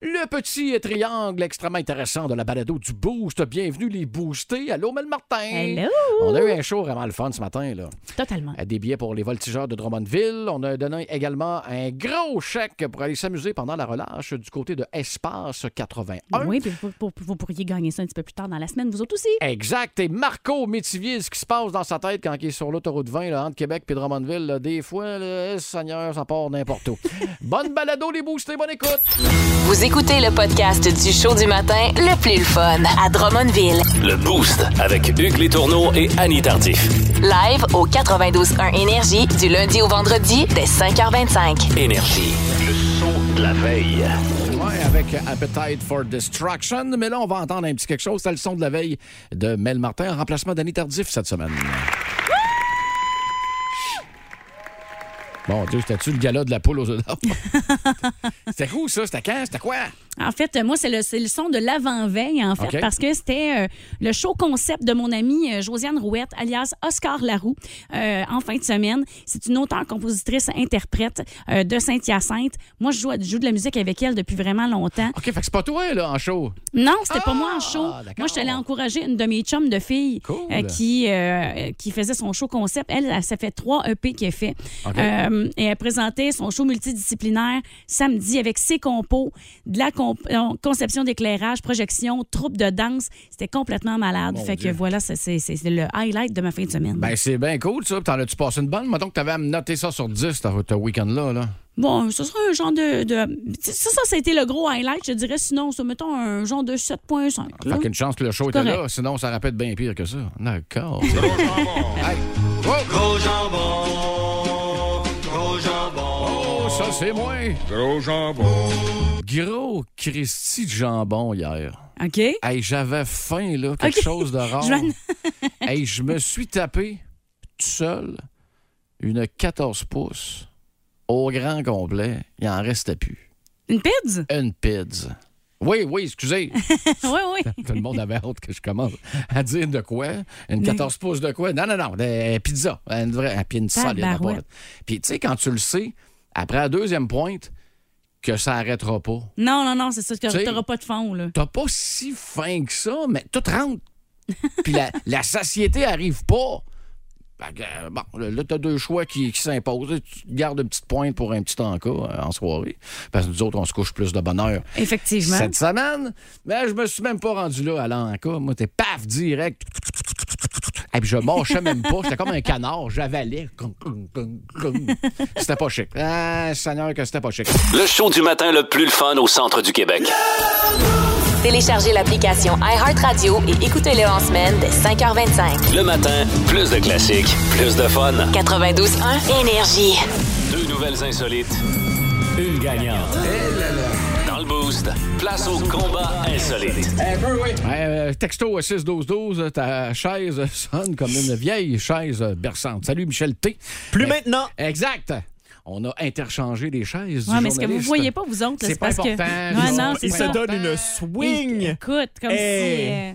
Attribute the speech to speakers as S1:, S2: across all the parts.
S1: le petit triangle extrêmement intéressant de la balado du Boost. Bienvenue les boostés. Allô, Mel Martin.
S2: Hello!
S1: On a eu un show vraiment le fun ce matin. Là.
S2: Totalement.
S1: Euh, Des billets pour les voltigeurs de Drummondville. On a donné également un gros chèque pour aller s'amuser pendant la relâche du côté de Espace 81.
S2: Oui, puis vous, pour- vous pourriez gagner ça un petit peu plus tard dans la semaine, vous autres aussi.
S1: Exact. Et Marco Métivier, ce qui se passe dans sa tête quand il est sur l'autoroute 20 là, entre Québec et Drummondville, là, des fois, là, eh, Seigneur, ça part n'importe où. bonne balado, les boostés, bonne écoute.
S3: Vous écoutez le podcast du show du matin le plus le fun à Drummondville.
S4: Le Boost avec Hugues Létourneau et Annie Tardif.
S3: Live au 92.1 Énergie du lundi au vendredi dès 5h25.
S4: Énergie. Le son de la veille.
S1: Ouais, avec Appetite for Destruction. Mais là, on va entendre un petit quelque chose. C'est le son de la veille de Mel Martin en remplacement d'Annie Tardif cette semaine. Bon Dieu, c'était-tu le gala de la poule aux œufs d'or? C'était où, ça? C'était quand? C'était quoi?
S2: En fait, euh, moi, c'est le, c'est le son de l'avant-veille, en fait,
S1: OK.
S2: parce que c'était euh, le show concept de mon amie euh, Josiane Rouette, alias Oscar Larue, euh, en fin de semaine. C'est une auteure, compositrice, interprète euh, de Saint-Hyacinthe. Moi, je joue, à- je joue de la musique avec elle depuis vraiment longtemps.
S1: OK, fait que c'est pas toi, là, en show.
S2: Non, c'était
S1: Ah,
S2: pas moi en show.
S1: d'accord.
S2: Moi, je suis allée encourager une de mes chums de filles
S1: Cool.
S2: qui, euh, qui faisait son show concept. Elle, elle, ça fait trois EP qu'elle fait.
S1: OK.
S2: Euh, et elle présentait son show multidisciplinaire samedi avec ses compos, de la comp- euh, conception d'éclairage, projection, troupe de danse. C'était complètement malade.
S1: Mon
S2: fait
S1: Dieu.
S2: que voilà, ça, c'est c'est le highlight de ma fin de semaine.
S1: Ben, c'est bien cool, ça. Puis T'en as-tu passé une bonne? Mettons que t'avais à me noter ça sur 10, ta, ta week-end-là. Là.
S2: Bon, ce serait un genre de. de- Ça, ça, ça a été le gros highlight, je dirais. Sinon, ça, mettons un genre de 7,5. là.
S1: Fait qu'une chance que le show
S2: C'est
S1: était là,
S2: correct.
S1: sinon ça répète bien pire que ça. D'accord. C'est bon. Hey. Oh!
S5: Gros jambon, gros jambon,
S1: Oh, ça, c'est moi!
S5: gros jambon.
S1: Gros Christy de jambon hier.
S2: OK?
S1: Hey, j'avais faim, là, quelque
S2: Ok.
S1: chose de rare.
S2: Joanne.
S1: hey, je me suis tapé, tout seul, une 14 pouces, au grand complet. Il en restait plus.
S2: Une pizza?
S1: Une pizza. Oui, oui, excusez.
S2: oui, oui.
S1: Tout le monde avait hâte que je commence à dire de quoi. Une 14 pouces de quoi. Non, non, non. Des pizza. Une vraie. ah, Puis une solide.
S2: Tabarouette.
S1: apporte. Puis, tu sais, quand tu le sais, après la deuxième pointe, que ça arrêtera pas.
S2: Non, non, non, c'est ça.
S1: sais-
S2: Tu n'auras pas de fond, là.
S1: T'as pas si faim que ça, mais tout rentre. Puis la, la satiété arrive pas. Fait que, euh, Bon, là, t'as deux choix qui, qui s'imposent. Tu te gardes une petite pointe pour un petit encas euh, en soirée. Parce que nous autres, on se couche plus de bonne heure
S2: Effectivement.
S1: cette semaine. Mais je me suis même pas rendu là à l'enca. Moi, t'es paf, direct. Et puis je mâchais même pas. J'étais comme un canard. J'avalais. C'était pas chic. Ah, Seigneur, que c'était pas chic.
S4: Le show du matin le plus le fun au centre du Québec.
S3: Téléchargez l'application iHeartRadio et écoutez-le en semaine dès 5h25.
S4: Le matin, plus de classiques, plus de fun.
S3: 92.1 Énergie.
S4: Deux nouvelles insolites, une gagnante. Dans le Boost, place au combat insolite.
S1: Euh, texto à 6-12-12, ta chaise sonne comme une vieille chaise berçante. Salut Michel T.
S5: Plus maintenant.
S1: Exact. On a interchangé les chaises. du
S2: Ouais, mais ce que vous
S1: journaliste.
S2: voyez pas, vous autres, là,
S1: C'est
S2: c'est
S1: pas
S2: parce que.
S1: important.
S2: Ouais, non, c'est
S5: Il
S2: ça.
S5: se donne une swing.
S2: Écoute, comme
S5: Hey.
S2: si. euh,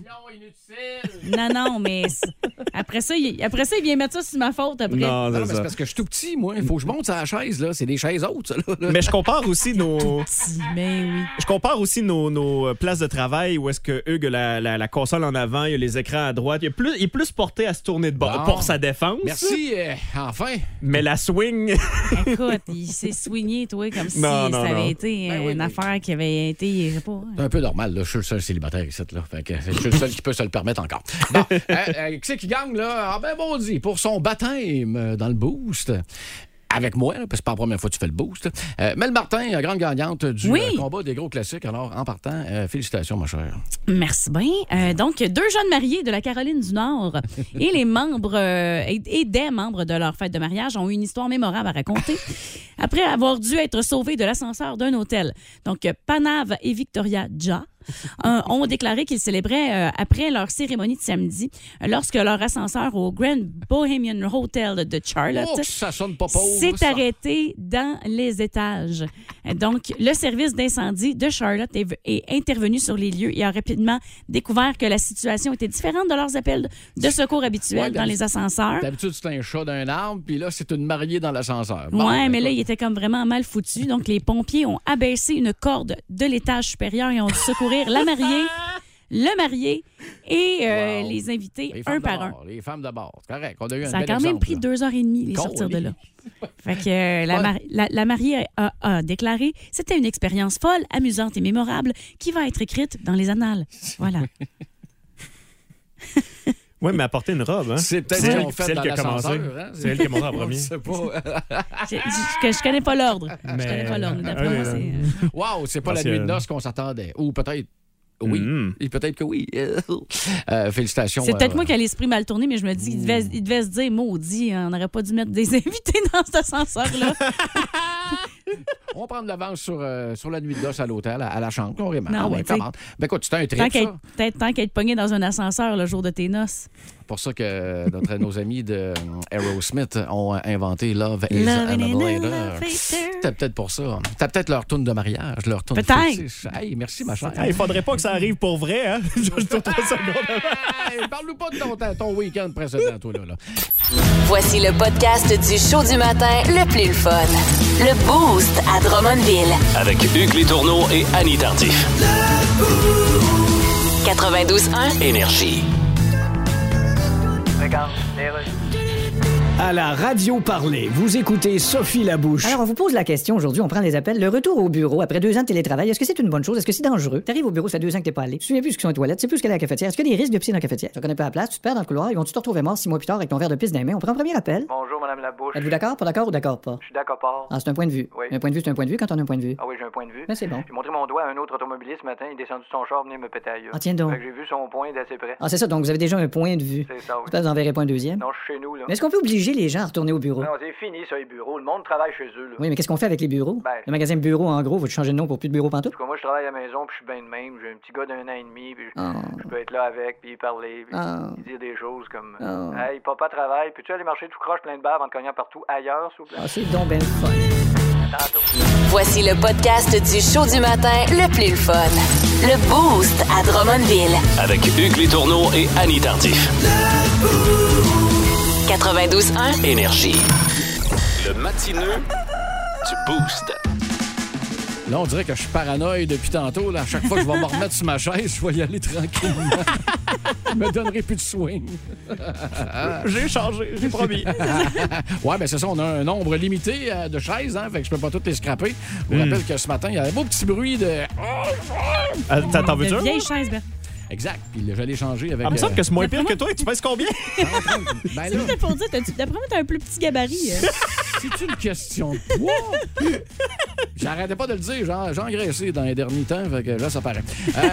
S2: Non, non, mais c'est- après ça, il... après ça, il vient mettre ça sur ma faute après.
S1: Non,
S5: Non,
S1: mais
S5: c'est
S1: c'est
S5: ça.
S1: parce que je suis tout petit, moi. Il faut que je monte sur la chaise, là. C'est des chaises hautes, ça, là.
S5: Mais je compare aussi nos,
S2: Si, mais oui.
S5: je compare aussi nos, nos euh, places de travail où est-ce que Hugues a la, la, la console en avant, il y a les écrans à droite. Il, y a plus, il est plus porté à se tourner de bord
S1: Bon.
S5: pour sa défense.
S1: Merci, euh, enfin.
S5: Mais la swing,
S2: Écoute, il s'est soigné, toi, comme si
S5: Non, non,
S2: ça avait
S5: non.
S2: été euh,
S1: Ben oui,
S2: une
S1: mais-
S2: affaire qui avait été. Je sais pas.
S1: C'est un peu normal, là. Je suis le seul célibataire ici, là. Fait que je suis le seul qui peut se le permettre encore. Bon, euh, euh, qui c'est qui gagne, là? Ah ben, dit pour son baptême euh, dans le boost. Avec moi, là, parce que c'est pas la première fois que tu fais le boost. Euh, Mel Martin, euh, grande gagnante du
S2: Oui.
S1: euh, combat des gros classiques. Alors, en partant, euh, félicitations, ma chère.
S2: Merci bien. Euh, donc, deux jeunes mariés de la Caroline du Nord et les membres euh, et, et des membres de leur fête de mariage ont eu une histoire mémorable à raconter après avoir dû être sauvés de l'ascenseur d'un hôtel. Donc, euh, Panav et Victoria Ja euh, ont déclaré qu'ils célébraient euh, après leur cérémonie de samedi, euh, lorsque leur ascenseur au Grand Bohemian Hotel de Charlotte
S1: Oh, que ça sonne pas pauvre.
S2: s'est
S1: ça.
S2: arrêté dans les étages. Donc, le service d'incendie de Charlotte est, est intervenu sur les lieux et a rapidement découvert que la situation était différente de leurs appels de secours habituels
S1: Ouais,
S2: dans les ascenseurs.
S1: D'habitude, c'est un chat d'un arbre, puis là, c'est une mariée dans l'ascenseur. Bon,
S2: Ouais, mais là,
S1: écoute.
S2: il était comme vraiment mal foutu. Donc, les pompiers ont abaissé une corde de l'étage supérieur et ont dû secourir la mariée, le marié et euh,
S1: Wow.
S2: les invités
S1: Les femmes
S2: un par un.
S1: d'abord, Les femmes d'abord, c'est correct. On a eu un
S2: Ça a
S1: bel
S2: quand même
S1: exemple,
S2: pris
S1: là.
S2: deux heures et demie les sortir de là. Fait que euh, la,
S1: Ouais.
S2: mari- la- la mariée a, a déclaré c'était une expérience folle, amusante et mémorable qui va être écrite dans les annales. Voilà.
S5: Oui, mais apporter une robe. Hein?
S1: C'est peut-être
S5: C'est
S1: ce
S5: elle-
S1: qu'on fait
S5: c'est elle
S1: dans
S5: qui a commencé.
S1: l'ascenseur, hein?
S5: C'est elle qui a monté en
S1: On
S5: premier.
S1: sait pas.
S2: Je, je, je connais pas l'ordre. Je
S5: Mais-
S2: connais pas l'ordre. D'après moi,
S5: Un des-
S2: c'est. euh,
S1: Wow, c'est pas la
S5: Parce que-
S1: nuit de noces qu'on s'attendait. Ou peut-être. Oui.
S5: Mm.
S1: Et Peut-être que oui. Euh, félicitations.
S2: C'est peut-être
S1: euh,
S2: moi qui ai l'esprit mal tourné, mais je me dis, il devait, il devait se dire, maudit, hein, on n'aurait pas dû mettre des invités dans cet ascenseur-là.
S1: On prend de l'avance sur, euh, sur la nuit de noces à l'hôtel, à, à la chambre, carrément.
S2: Non,
S1: Ah
S2: mais
S1: ouais,
S2: tu sais-
S1: comment? Ben écoute, c'est un
S2: tant
S1: trip,
S2: qu'à
S1: ça.
S2: être, peut-être tant qu'à être pogné dans un ascenseur le jour de tes noces.
S1: Pour ça que notre, nos amis de euh, Aerosmith ont inventé Love is
S2: Love
S1: an
S2: in an
S1: Elevator.
S2: elevator.
S1: C'était peut-être pour ça. C'était peut-être leur tourne de mariage, leur tourne
S2: Peut-être.
S1: fétiche. Hey, merci, ma chère.
S5: Ah, il faudrait pas que ça arrive pour vrai, hein? Je te tourne trois secondes avant.
S1: Hey, Parle-nous pas de ton, ton week-end précédent, toi, là. là.
S3: Voici le podcast du show du matin le plus le fun. Le Boost à Drummondville.
S4: Avec Hugues Létourneau et Annie Tardif.
S3: 92.1.
S4: Énergie.
S6: À la radio parler, vous écoutez Sophie Labouche.
S7: Alors, on vous pose la question aujourd'hui, on prend les appels. Le retour au bureau après deux ans de télétravail, est-ce que c'est une bonne chose? Est-ce que c'est dangereux? T'arrives au bureau, ça fait deux ans que t'es pas allé. Tu te souviens plus ce qu'ils sont les toilettes, tu sais plus ce qu'elle est à la cafetière. Est-ce qu'il y a des risques de pisser dans la cafetière? Tu connais pas la place, tu te perds dans le couloir, ils vont te retrouver mort six mois plus tard avec ton verre de pisse dans les mains. On prend un premier appel.
S8: Bonjour, Madame Labouche.
S7: Êtes-vous d'accord, pas d'accord ou d'accord pas?
S8: Je suis d'accord, pas.
S7: Ah, c'est un point de vue.
S8: Oui.
S7: Un point de vue, c'est un point de vue quand on a un point de vue.
S8: Ah oui, j'ai un point de vue.
S7: Ben, c'est bon.
S8: J'ai montré mon doigt à un autre automobiliste ce matin. Il est descendu de son char, venu me péter ailleurs.
S7: Ah, tiens donc.
S8: Fait que j'ai vu son point d'assez près.
S7: Ah, c'est ça, donc vous avez déjà un point de vue.
S8: C'est ça, oui.
S7: J'espère que vous en verrez pas un deuxième.
S8: Non, je suis chez nous, là. Ah,
S7: Mais est-ce qu'on peut obliger les gens à retourner au bureau?
S8: Non, c'est fini, ça, les bureaux. Le monde travaille chez eux, là.
S7: Oui, mais qu'est-ce qu'on fait avec les bureaux?
S8: Ben-
S7: Le magasin bureau, en gros, vous changer de nom pour plus de bureau pantoute?
S8: En tout cas, moi, je travaille à la maison, puis je suis bien de même. J'ai un petit gars d'un an et demi, puis je,
S7: Ah.
S8: je peux être là avec, puis parler, puis
S7: Ah.
S8: puis dire des choses comme
S7: Ah.
S8: Hey, papa travaille, peux-tu aller marcher tout croche plein de barres en te cognant partout ailleurs, s'il vous plaît?
S7: Ah, c'est donc ben le fun.
S3: Voici le podcast du show du matin le plus le fun. Le Boost à Drummondville.
S4: Avec Hugues Létourneau et Annie Tardif.
S3: 92.1.
S4: Énergie. Le matineux du Boost.
S1: Là, on dirait que je suis paranoïe depuis tantôt. Là. À chaque fois que je vais me remettre sur ma chaise, je vais y aller tranquillement. je me donnerai plus de swing.
S5: J'ai changé, j'ai promis.
S1: Ouais, ben c'est ça, on a un nombre limité euh, de chaises, hein, fait que je peux pas toutes les scraper. Je vous
S5: Hmm.
S1: rappelle que ce matin, il y avait un beau petit bruit de.
S5: Ah, t'as- T'en
S2: De
S5: veux-tu un?
S2: vieilles chaises. Ben,
S1: Exact. Puis j'allais changer avec.
S5: Ah, me semble
S1: euh,
S5: que c'est moins pire que toi. Tu pèses combien?
S1: ben
S2: c'est
S1: là,
S2: juste pour dire, t'as- d'après moi, t'as un plus petit gabarit. euh.
S1: c'est une question de poids. J'arrêtais pas de le dire, j'en- j'ai engraissé dans les derniers temps, fait que là, ça paraît. Euh,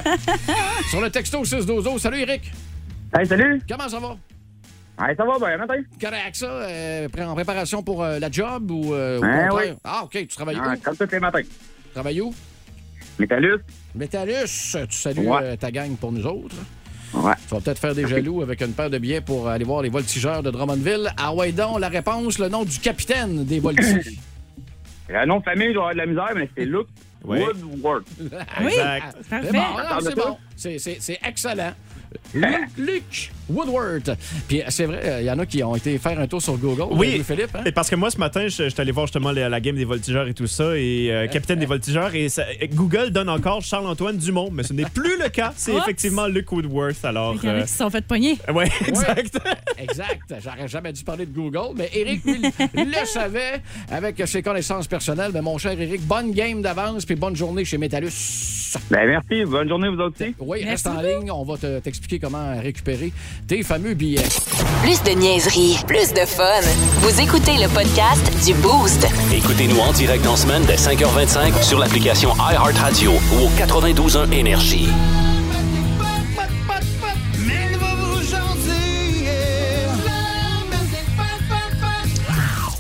S1: sur le texto 6 dozo, salut Eric.
S9: Hey, salut!
S1: Comment ça va?
S9: Hey, ça va, ben, matin?
S1: Correct, ça? euh, pré- en préparation pour euh, la job ou euh, au
S9: Hein,
S1: contraire?
S9: oui.
S1: Ah, OK. Tu travailles où?
S9: Ah, comme tous les matins.
S1: Tu travailles où?
S9: Métallus?
S1: Métallus, tu salues
S9: Ouais.
S1: euh, ta gang pour nous autres.
S9: Ouais.
S1: Tu vas peut-être faire des jaloux avec une paire de billets pour aller voir les voltigeurs de Drummondville. Ah ouais donc, la réponse, le nom du capitaine des voltiges.
S9: Le nom de famille, doit avoir de la misère, mais c'est Luke
S5: Oui.
S9: Woodward.
S2: Oui, ah,
S5: Exact.
S1: C'est
S2: parfait.
S1: bon, non, c'est
S9: ça?
S1: bon. C'est- C'est c'est excellent. Luc, Luc Woodward. Puis c'est vrai, euh, il y en a qui ont été faire un tour sur Google.
S5: Oui.
S1: Philippe, hein?
S5: Et parce que moi, ce matin, je, je suis allé voir justement la, la game des voltigeurs et tout ça, et euh, capitaine des voltigeurs, et ça- Google donne encore Charles-Antoine Dumont, mais ce n'est plus le cas. C'est
S2: Oups.
S5: effectivement Luke Woodworth, alors.
S2: Il y en a qui se sont fait pogner.
S5: euh, ouais, exact.
S1: Exact. J'aurais jamais dû parler de Google, mais Eric, lui, le savait avec ses connaissances personnelles. Mais mon cher Eric, bonne game d'avance puis bonne journée chez Métallus.
S9: Ben, merci. Bonne journée, vous aussi.
S1: Oui, reste
S2: Merci
S1: en ligne. On va te- t'expliquer comment récupérer tes fameux billets.
S3: Plus de niaiserie, plus de fun. Vous écoutez le podcast du Boost.
S4: Écoutez-nous en direct en semaine dès 5h25 sur l'application iHeartRadio ou au 92.1 Énergie.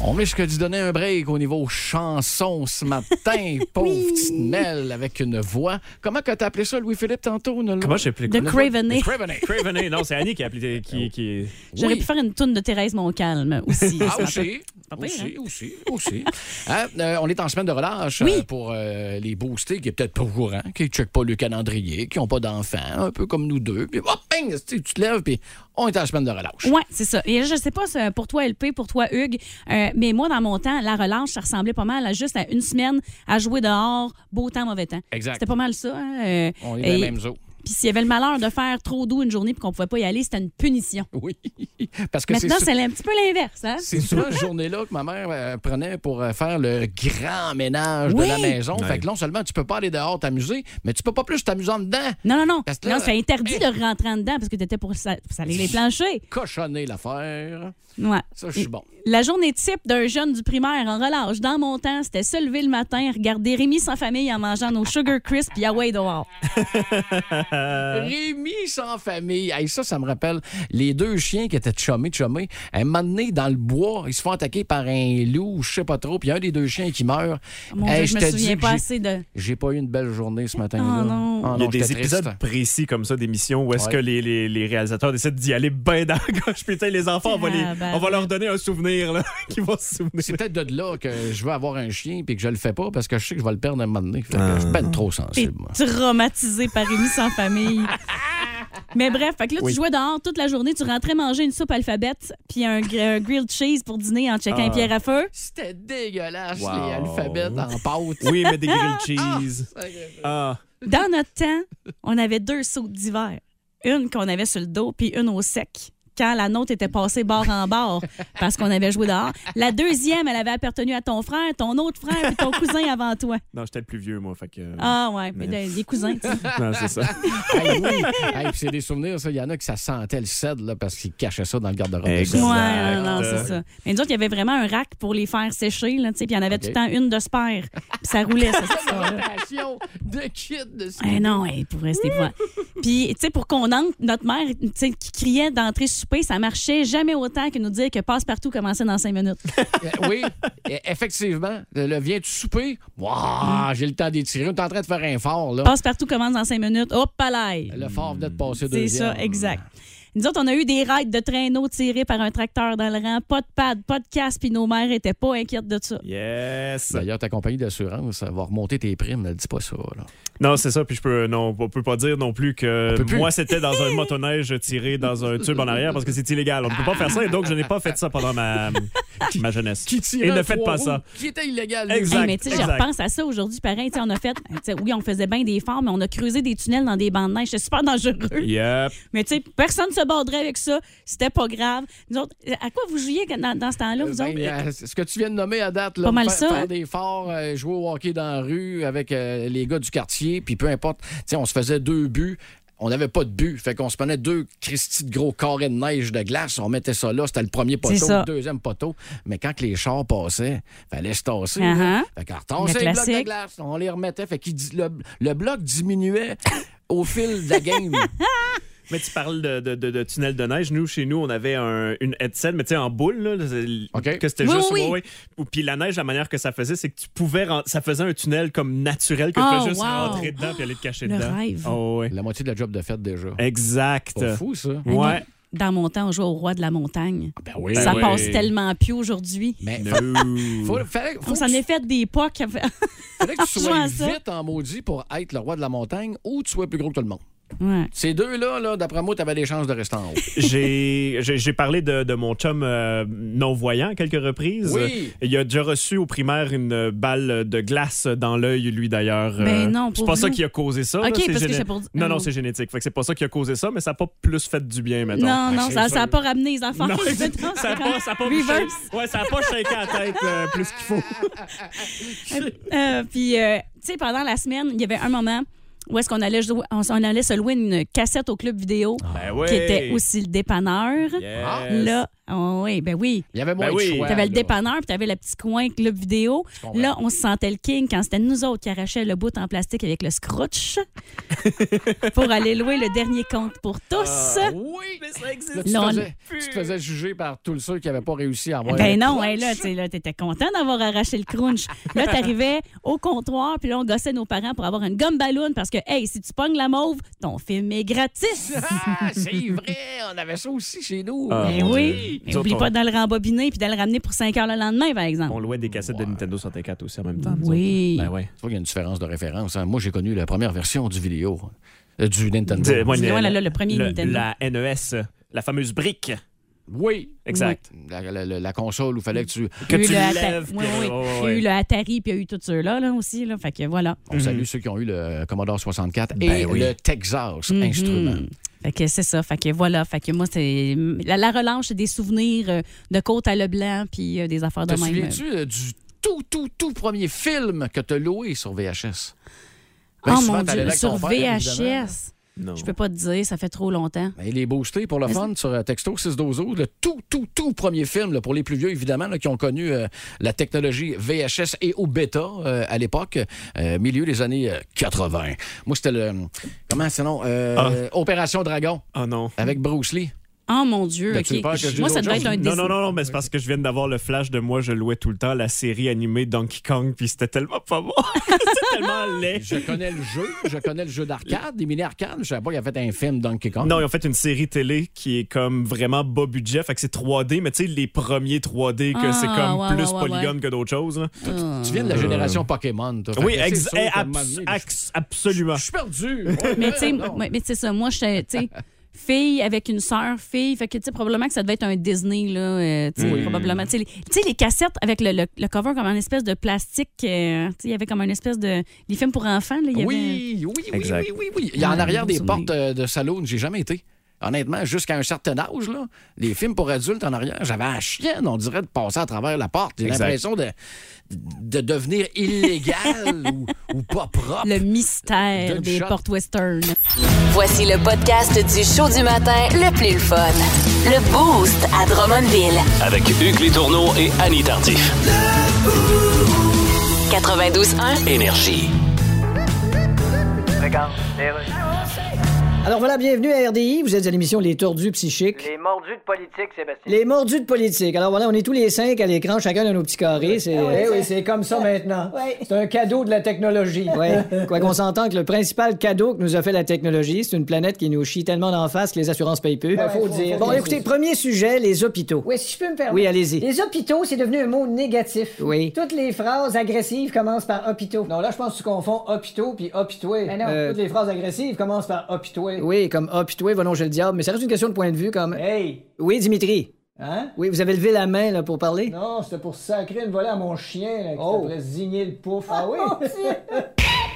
S1: On On risque d'y donner un break au niveau chanson ce matin. Pauvre petite Mel avec une voix. Comment que t'as appelé ça, Louis-Philippe, tantôt? Nolo?
S5: Comment j'ai appelé
S2: De
S5: quoi?
S2: Craveney.
S1: Craveney.
S5: Craveney. hein? Non, c'est Annie qui a appelé. Qui,
S1: Oh.
S5: qui...
S2: J'aurais
S1: Oui.
S2: pu faire une toune de Thérèse Montcalm aussi.
S1: Ah,
S2: Ça m'appelle-
S1: aussi,
S2: pas pire,
S1: aussi, aussi,
S2: hein?
S1: aussi. Hein, euh, on est en semaine de relâche
S2: Oui.
S1: euh, pour euh, les boostés qui est peut-être pas au courant, qui ne checkent pas le calendrier, qui n'ont pas d'enfants, un peu comme nous deux. Puis hop, bing, tu tu te lèves, puis on est en semaine de relâche.
S2: Oui, c'est ça. Et je sais pas ça, pour toi, LP, pour toi, Hugues, euh, mais moi, dans mon temps, la relâche, ça ressemblait pas mal à juste à une semaine à jouer dehors, beau temps, mauvais temps.
S1: Exact.
S2: C'était pas mal ça. hein, euh,
S1: On est
S2: et-
S1: dans les mêmes eaux.
S2: Puis s'il y avait le malheur de faire trop doux une journée puis qu'on pouvait pas y aller, c'était une punition.
S1: Oui. Parce que c'est
S2: Maintenant,
S1: ça-
S2: c'est un petit peu l'inverse. Hein?
S1: C'est souvent cette journée-là que ma mère euh, prenait pour euh, faire le grand ménage
S2: Oui.
S1: de la maison.
S5: Ouais.
S1: Fait que non seulement tu peux pas aller dehors t'amuser, mais tu peux pas plus t'amuser en dedans.
S2: Non, non, non.
S1: Parce que là-
S2: Non, c'est interdit de rentrer en dedans parce que t'étais pour, sa- pour saler les planchers.
S1: Cochonner l'affaire.
S2: Ouais.
S1: Ça, je suis bon.
S2: La journée type d'un jeune du primaire en relâche dans mon temps, c'était se lever le matin, regarder Rémi sans famille en mangeant nos Sugar Crisp puis Yahweh dehors. Euh.
S1: Rémi sans famille. Hey, ça, ça me rappelle les deux chiens qui étaient chômés, chômés. Un moment donné, dans le bois, ils se font attaquer par un loup, je sais pas trop. Puis il y a un des deux chiens qui meurt.
S2: Ah Mon
S1: Hey,
S2: Dieu, je me
S1: te dis
S2: souviens
S1: que
S2: pas
S1: j'ai-
S2: assez de.
S1: J'ai pas eu une belle journée ce matin-là.
S2: Oh non.
S1: Ah
S5: Il y a
S1: j'étais
S5: des
S1: triste.
S5: épisodes précis comme ça d'émissions où est-ce
S1: Ouais.
S5: que les, les- les réalisateurs décident d'y aller ben dans la gauche. Putain, les enfants, on va, les-
S2: Ah, ben
S5: on va
S2: oui.
S5: leur donner un souvenir là, qui va se souvenir.
S1: C'est peut-être de là que je veux avoir un chien puis que je le fais pas parce que je sais que je vais le perdre un moment donné. Fait que Je suis ben trop
S2: T'es
S1: sensible. moi.
S2: traumatisé par Rémi sans famille. Mais bref, fait que là, tu jouais dehors toute la journée, tu rentrais manger une soupe alphabète puis un, gr- un grilled cheese pour dîner en checkant un
S1: Ah.
S2: pierre à feu.
S1: C'était dégueulasse,
S5: Wow.
S1: les alphabets en pâte.
S5: Oui, mais des grilled cheese. Ah,
S2: Dans notre temps, on avait deux sautes d'hiver. Une qu'on avait sur le dos, puis une au sec. Quand la nôtre était passée bord en bord parce qu'on avait joué dehors. La deuxième, elle avait appartenu à ton frère, ton autre frère, puis ton cousin avant toi.
S5: non, j'étais le plus vieux, moi. Fait que...
S2: Ah ouais, puis des, des cousins. tu sais.
S5: Non, c'est ça.
S1: Hey, oui. Hey, puis c'est des souvenirs, ça. Il y en a qui ça sentait le cède là, parce qu'ils cachaient ça dans le garde-robe. de
S5: Exact.
S1: cèdre.
S2: Ouais, non, non, c'est ça. Mais nous autres, il y avait vraiment un rack pour les faire sécher, là, tu sais, puis il y en avait
S1: OK.
S2: tout le temps une de spare. Puis ça roulait, ça, cette histoire-là.
S1: Rotation de kid de
S2: Eh non, eh, pour rester pas. Puis, tu sais, pour qu'on entre, notre mère, tu sais, qui criait d'entrer souper, ça marchait jamais autant que nous dire que passe-partout commençait dans cinq minutes.
S1: Euh, Oui, euh, effectivement. Le viens-tu souper? Waouh, j'ai le temps d'étirer. T'es en train de faire un fort, là.
S2: Passe-partout commence dans cinq minutes. Hop, palais!
S1: Oh. Le fort venait de passer
S2: C'est
S1: deuxième.
S2: ça, exact. Nous autres, on a eu des raids de traîneaux tirés par un tracteur dans le rang, pas de pad, pas de casque, puis nos mères étaient pas inquiètes de ça.
S5: Yes!
S1: D'ailleurs, ta compagnie d'assurance va remonter tes primes. Ne dis pas ça, là.
S5: Non, c'est ça. Puis je peux, non, on peut pas dire non plus que
S1: peut plus.
S5: moi, c'était dans un motoneige tiré dans un tube en arrière parce que c'est illégal. On ne peut pas faire ça et donc je n'ai pas fait ça pendant ma, ma jeunesse.
S1: tirait
S5: et ne
S1: un
S5: faites
S1: trois
S5: pas ça.
S1: roues, Qui était illégal. lui.
S5: Exact.
S2: Hey, mais tu sais, je
S5: exact.
S2: repense à ça aujourd'hui, pareil. Tu sais, on a fait, tu sais, oui, on faisait bien des forts, mais on a creusé des tunnels dans des bandes de neige. C'était super dangereux.
S5: Yep.
S2: Mais tu sais, personne ne se borderait avec ça. C'était pas grave. Nous autres, à quoi vous jouiez quand- dans, dans ce temps-là, vous
S1: Ben,
S2: autres?
S1: euh, ce que tu viens de nommer à date, là,
S2: Pas mal
S1: faire,
S2: ça,
S1: faire
S2: hein?
S1: des forts, euh, jouer au hockey dans la rue avec euh, les gars du quartier, puis peu importe, Tu sais, on se faisait deux buts. On n'avait pas de but. Fait qu'on se prenait deux Christy de gros carrés de neige de glace. On mettait ça là. C'était le premier poteau,
S2: C'est ça.
S1: le deuxième poteau. Mais quand que les chars passaient, fallait se tasser.
S2: Uh-huh.
S1: là. Fait qu'on retassait
S2: Le
S1: les blocs de
S2: classique.
S1: glace. On les remettait. Fait que le, le bloc diminuait au fil de la game.
S5: Mais tu parles de, de, de- de tunnel de neige. Nous, chez nous, on avait un- une headset, mais tu sais, en boule, là, le-
S1: OK.
S5: que c'était
S2: Oui,
S5: juste.
S2: oui, oui.
S5: ouais, ouais. Puis la neige, la manière que ça faisait, c'est que tu pouvais. ren- Ça faisait un tunnel comme naturel que tu
S2: Oh,
S5: pouvais juste
S2: wow.
S5: rentrer dedans puis aller te cacher
S2: Le
S5: dedans.
S2: rêve.
S5: Oh, ouais.
S1: la moitié de la job de fête déjà.
S5: Exact.
S1: Pas fou, ça.
S5: Ouais.
S2: Dans mon temps, on jouait au roi de la montagne.
S1: Ben oui. Ben
S2: ça
S5: oui.
S2: passe tellement plus aujourd'hui.
S1: Mais fa-
S5: No.
S1: faut- fallait- faut
S2: On
S1: que
S2: s'en
S1: tu-
S2: est fait des pocs. avant.
S1: fallait que tu
S2: Jouant
S1: sois
S2: à ça.
S1: vite en maudit pour être le roi de la montagne ou tu sois plus gros que tout le monde.
S2: Ouais.
S1: Ces deux-là, là, d'après moi, tu avais des chances de rester en haut.
S5: Euh, J'ai j'ai- j'ai parlé de, de mon chum euh, non-voyant à quelques reprises.
S1: Oui.
S5: Il a déjà reçu au primaire une euh, balle de glace dans l'œil, lui d'ailleurs. Euh,
S2: Ben non,
S5: C'est
S2: pauvre
S5: pas ça
S2: Lou.
S5: qui a causé ça. là,
S2: Ok,
S5: c'est
S2: parce que
S5: géné-
S2: c'est pour dire-
S5: Non, non,
S2: Oh.
S5: c'est génétique. Fait que c'est pas ça qui a causé ça, mais ça n'a pas plus fait du bien, Ben, maintenant.
S2: Non, non, ça n'a pas ramené les enfants. Non,
S5: ça n'a pas, ça a pas
S2: Reverse.
S5: Ouais, ça a pas shaké la tête euh, plus qu'il faut.
S2: Euh, puis, euh, tu sais, pendant la semaine, il y avait un moment où est-ce qu'on allait, jouer- on, s- on allait se louer une cassette au club vidéo
S5: Ben ouais.
S2: qui était aussi le dépanneur.
S5: Yes.
S2: Là, Oh, oui, ben oui.
S1: Ah, Il y avait moins
S5: Ben
S1: de
S5: oui.
S1: choix.
S2: T'avais le
S1: là.
S2: dépanneur, puis t'avais le petit coin club vidéo.
S1: comprends.
S2: Là, on se sentait le king quand c'était nous autres qui arrachaient le bout en plastique avec le scrotch pour aller louer le dernier compte pour tous.
S1: Ah,
S5: Ah,
S1: Oui! Là,
S5: Euh, existe.
S1: tu, te
S2: Non,
S1: faisais, tu te faisais juger par tous ceux qui n'avaient pas réussi à avoir.
S2: ben
S1: un
S2: non,
S1: crunch.
S2: hey, là, tu sais, là, t'étais content d'avoir arraché le crunch. là, t'arrivais au comptoir, puis là, on gossait nos parents pour avoir une gomme ballon parce que, hey, si tu pognes la mauve, ton film est gratis.
S1: Ah, c'est vrai! On avait ça aussi chez nous.
S2: ben
S5: mon
S2: oui.
S5: Dieu.
S2: Mais
S5: Nous
S2: oublie
S5: autres,
S2: pas de le rembobiner puis de le ramener pour 5 heures le lendemain, par exemple.
S5: On louait des cassettes de Nintendo 64 aussi en même temps. nous
S2: Oui.
S5: autres. Ben ouais.
S1: Tu vois qu'il y a une différence de référence. hein. Moi, j'ai connu la première version du vidéo, euh, du Nintendo.
S5: De- moi,
S2: Dis donc,
S5: le-
S2: là, là, le premier Nintendo.
S5: La NES, la fameuse brique.
S1: Oui,
S5: Exact.
S1: la, la- la- la console où fallait que tu.
S2: Il y
S5: Que
S2: a eu
S5: tu
S2: le Ata-
S5: lèves.
S2: Oui,
S5: puis- oh,
S2: oui. Il y a
S5: ouais, ouais.
S2: eu le Atari, puis il y a eu tout ceux-là là, aussi. Là. Fait que voilà.
S1: On salue ceux qui ont eu le Commodore 64 et
S5: Mm-hmm. Ben oui.
S1: le Texas
S2: Mhm.
S1: instrument.
S2: Fait que c'est ça. Fait que voilà. Fait que moi, c'est. La, la relâche, c'est des souvenirs euh, de côte à Leblanc, puis euh, des affaires de
S1: Te
S2: même.
S1: souviens-tu euh, du tout, tout, tout premier film que tu as loué sur VHS? Ben,
S2: oh
S1: souvent, t'allais
S2: mon Dieu,
S1: avec
S2: sur
S1: ton père, évidemment.
S2: VHS.
S5: Non.
S2: Je peux pas te dire, ça fait trop longtemps.
S1: Ben, il est boosté pour le fun sur euh, Texto 612. Le tout, tout, tout premier film, là, pour les plus vieux, évidemment, là, qui ont connu euh, la technologie VHS et ou bêta euh, à l'époque, euh, milieu des années euh, 80. Moi, c'était le. Comment c'est non? Euh, Opération Dragon
S5: Oh non.
S1: avec Bruce Lee.
S2: Oh mon Dieu,
S1: T'as-tu
S2: ok.
S1: peur Ah, que je dise
S2: Moi, ça
S1: autre
S2: devait être
S1: chose?
S2: un
S5: Non,
S2: des.
S5: non, non, non, mais c'est parce que je viens d'avoir le flash de moi, je louais tout le temps la série animée Donkey Kong, puis c'était tellement pas bon. c'était tellement laid.
S1: Je connais le jeu, je connais le jeu d'arcade, des mini-arcades. Je savais pas qu'il avait fait un film Donkey Kong.
S5: Non, ils ont fait une série télé qui est comme vraiment bas budget, fait que c'est 3D, mais tu sais, les premiers 3D, que
S2: Ah,
S5: c'est comme
S2: ouais,
S5: plus
S2: ouais, ouais,
S5: polygone que d'autres choses. là.
S1: Tu viens de la génération Pokémon, toi. Fait
S5: Oui,
S1: que c'est
S5: ex-
S1: sûr qu'à un
S5: abs-
S1: moment donné, là,
S5: abs- absolument.
S1: eh, Je suis perdu.
S2: Mais tu sais,
S1: Non.
S2: moi- mais tu sais ça, moi, j'étais. tu sais, Fille avec une sœur, fille. Fait que, tu sais, probablement que ça devait être un Disney, là. euh, tu sais, probablement. Tu sais, les- tu sais, les cassettes avec le, le- le cover comme un espèce de plastique. euh, tu sais, il y avait comme un espèce de. Les films pour enfants, là. il Y avait...
S1: Oui, oui, oui,
S5: Exact.
S1: oui, oui, oui. Il y a en
S2: Ouais,
S1: arrière des
S2: vous
S1: portes euh, de saloon, j'ai jamais été. Honnêtement, jusqu'à un certain âge, là, les films pour adultes en arrière, j'avais la chienne, on dirait, de passer à travers la porte. J'ai
S5: Exact.
S1: l'impression de, de devenir illégal ou, ou pas propre.
S2: Le mystère
S1: Donne
S2: des
S1: shot.
S2: portes western.
S3: Voici le podcast du show du matin le plus le fun. Le Boost à Drummondville.
S4: Avec Hugues Létourneau et Annie Tardif.
S3: 92.1.
S4: Énergie.
S8: Regarde, les rues.
S7: Alors voilà, bienvenue à RDI. Vous êtes à l'émission Les Tordus Psychiques.
S8: Les mordus de politique, Sébastien.
S7: Les mordus de politique. Alors voilà, on est tous les cinq à l'écran, chacun dans nos petits carrés. C'est
S10: Ah
S7: Eh oui, c'est comme ça maintenant. C'est un cadeau de la technologie. Ouais. Quoi qu'on s'entende que le principal cadeau que nous a fait la technologie, c'est une planète qui nous chie tellement d'en face que les assurances payent peu. faut dire. Bon, écoutez, premier sujet, les hôpitaux.
S10: Oui, si je peux me permettre.
S7: Oui, allez-y.
S10: Les hôpitaux, c'est devenu un mot négatif.
S7: Oui.
S10: Toutes les phrases agressives commencent par hôpitaux.
S7: Non, là, je pense que tu confonds hôpitaux puis hôpitoué.
S10: Ben non.
S7: Toutes les phrases agressives commencent par hôpitoué. Oui, comme hôpitoué, va chez le diable. Mais ça reste une question de point de vue, comme.
S10: Hey!
S7: Oui, Dimitri.
S10: Hein?
S7: Oui, vous avez levé la main, là, pour parler?
S10: Non, c'était pour sacrer une volée à mon chien, là, qui
S7: Oh.
S10: s'appelait Zigner le pouf. Ah oui?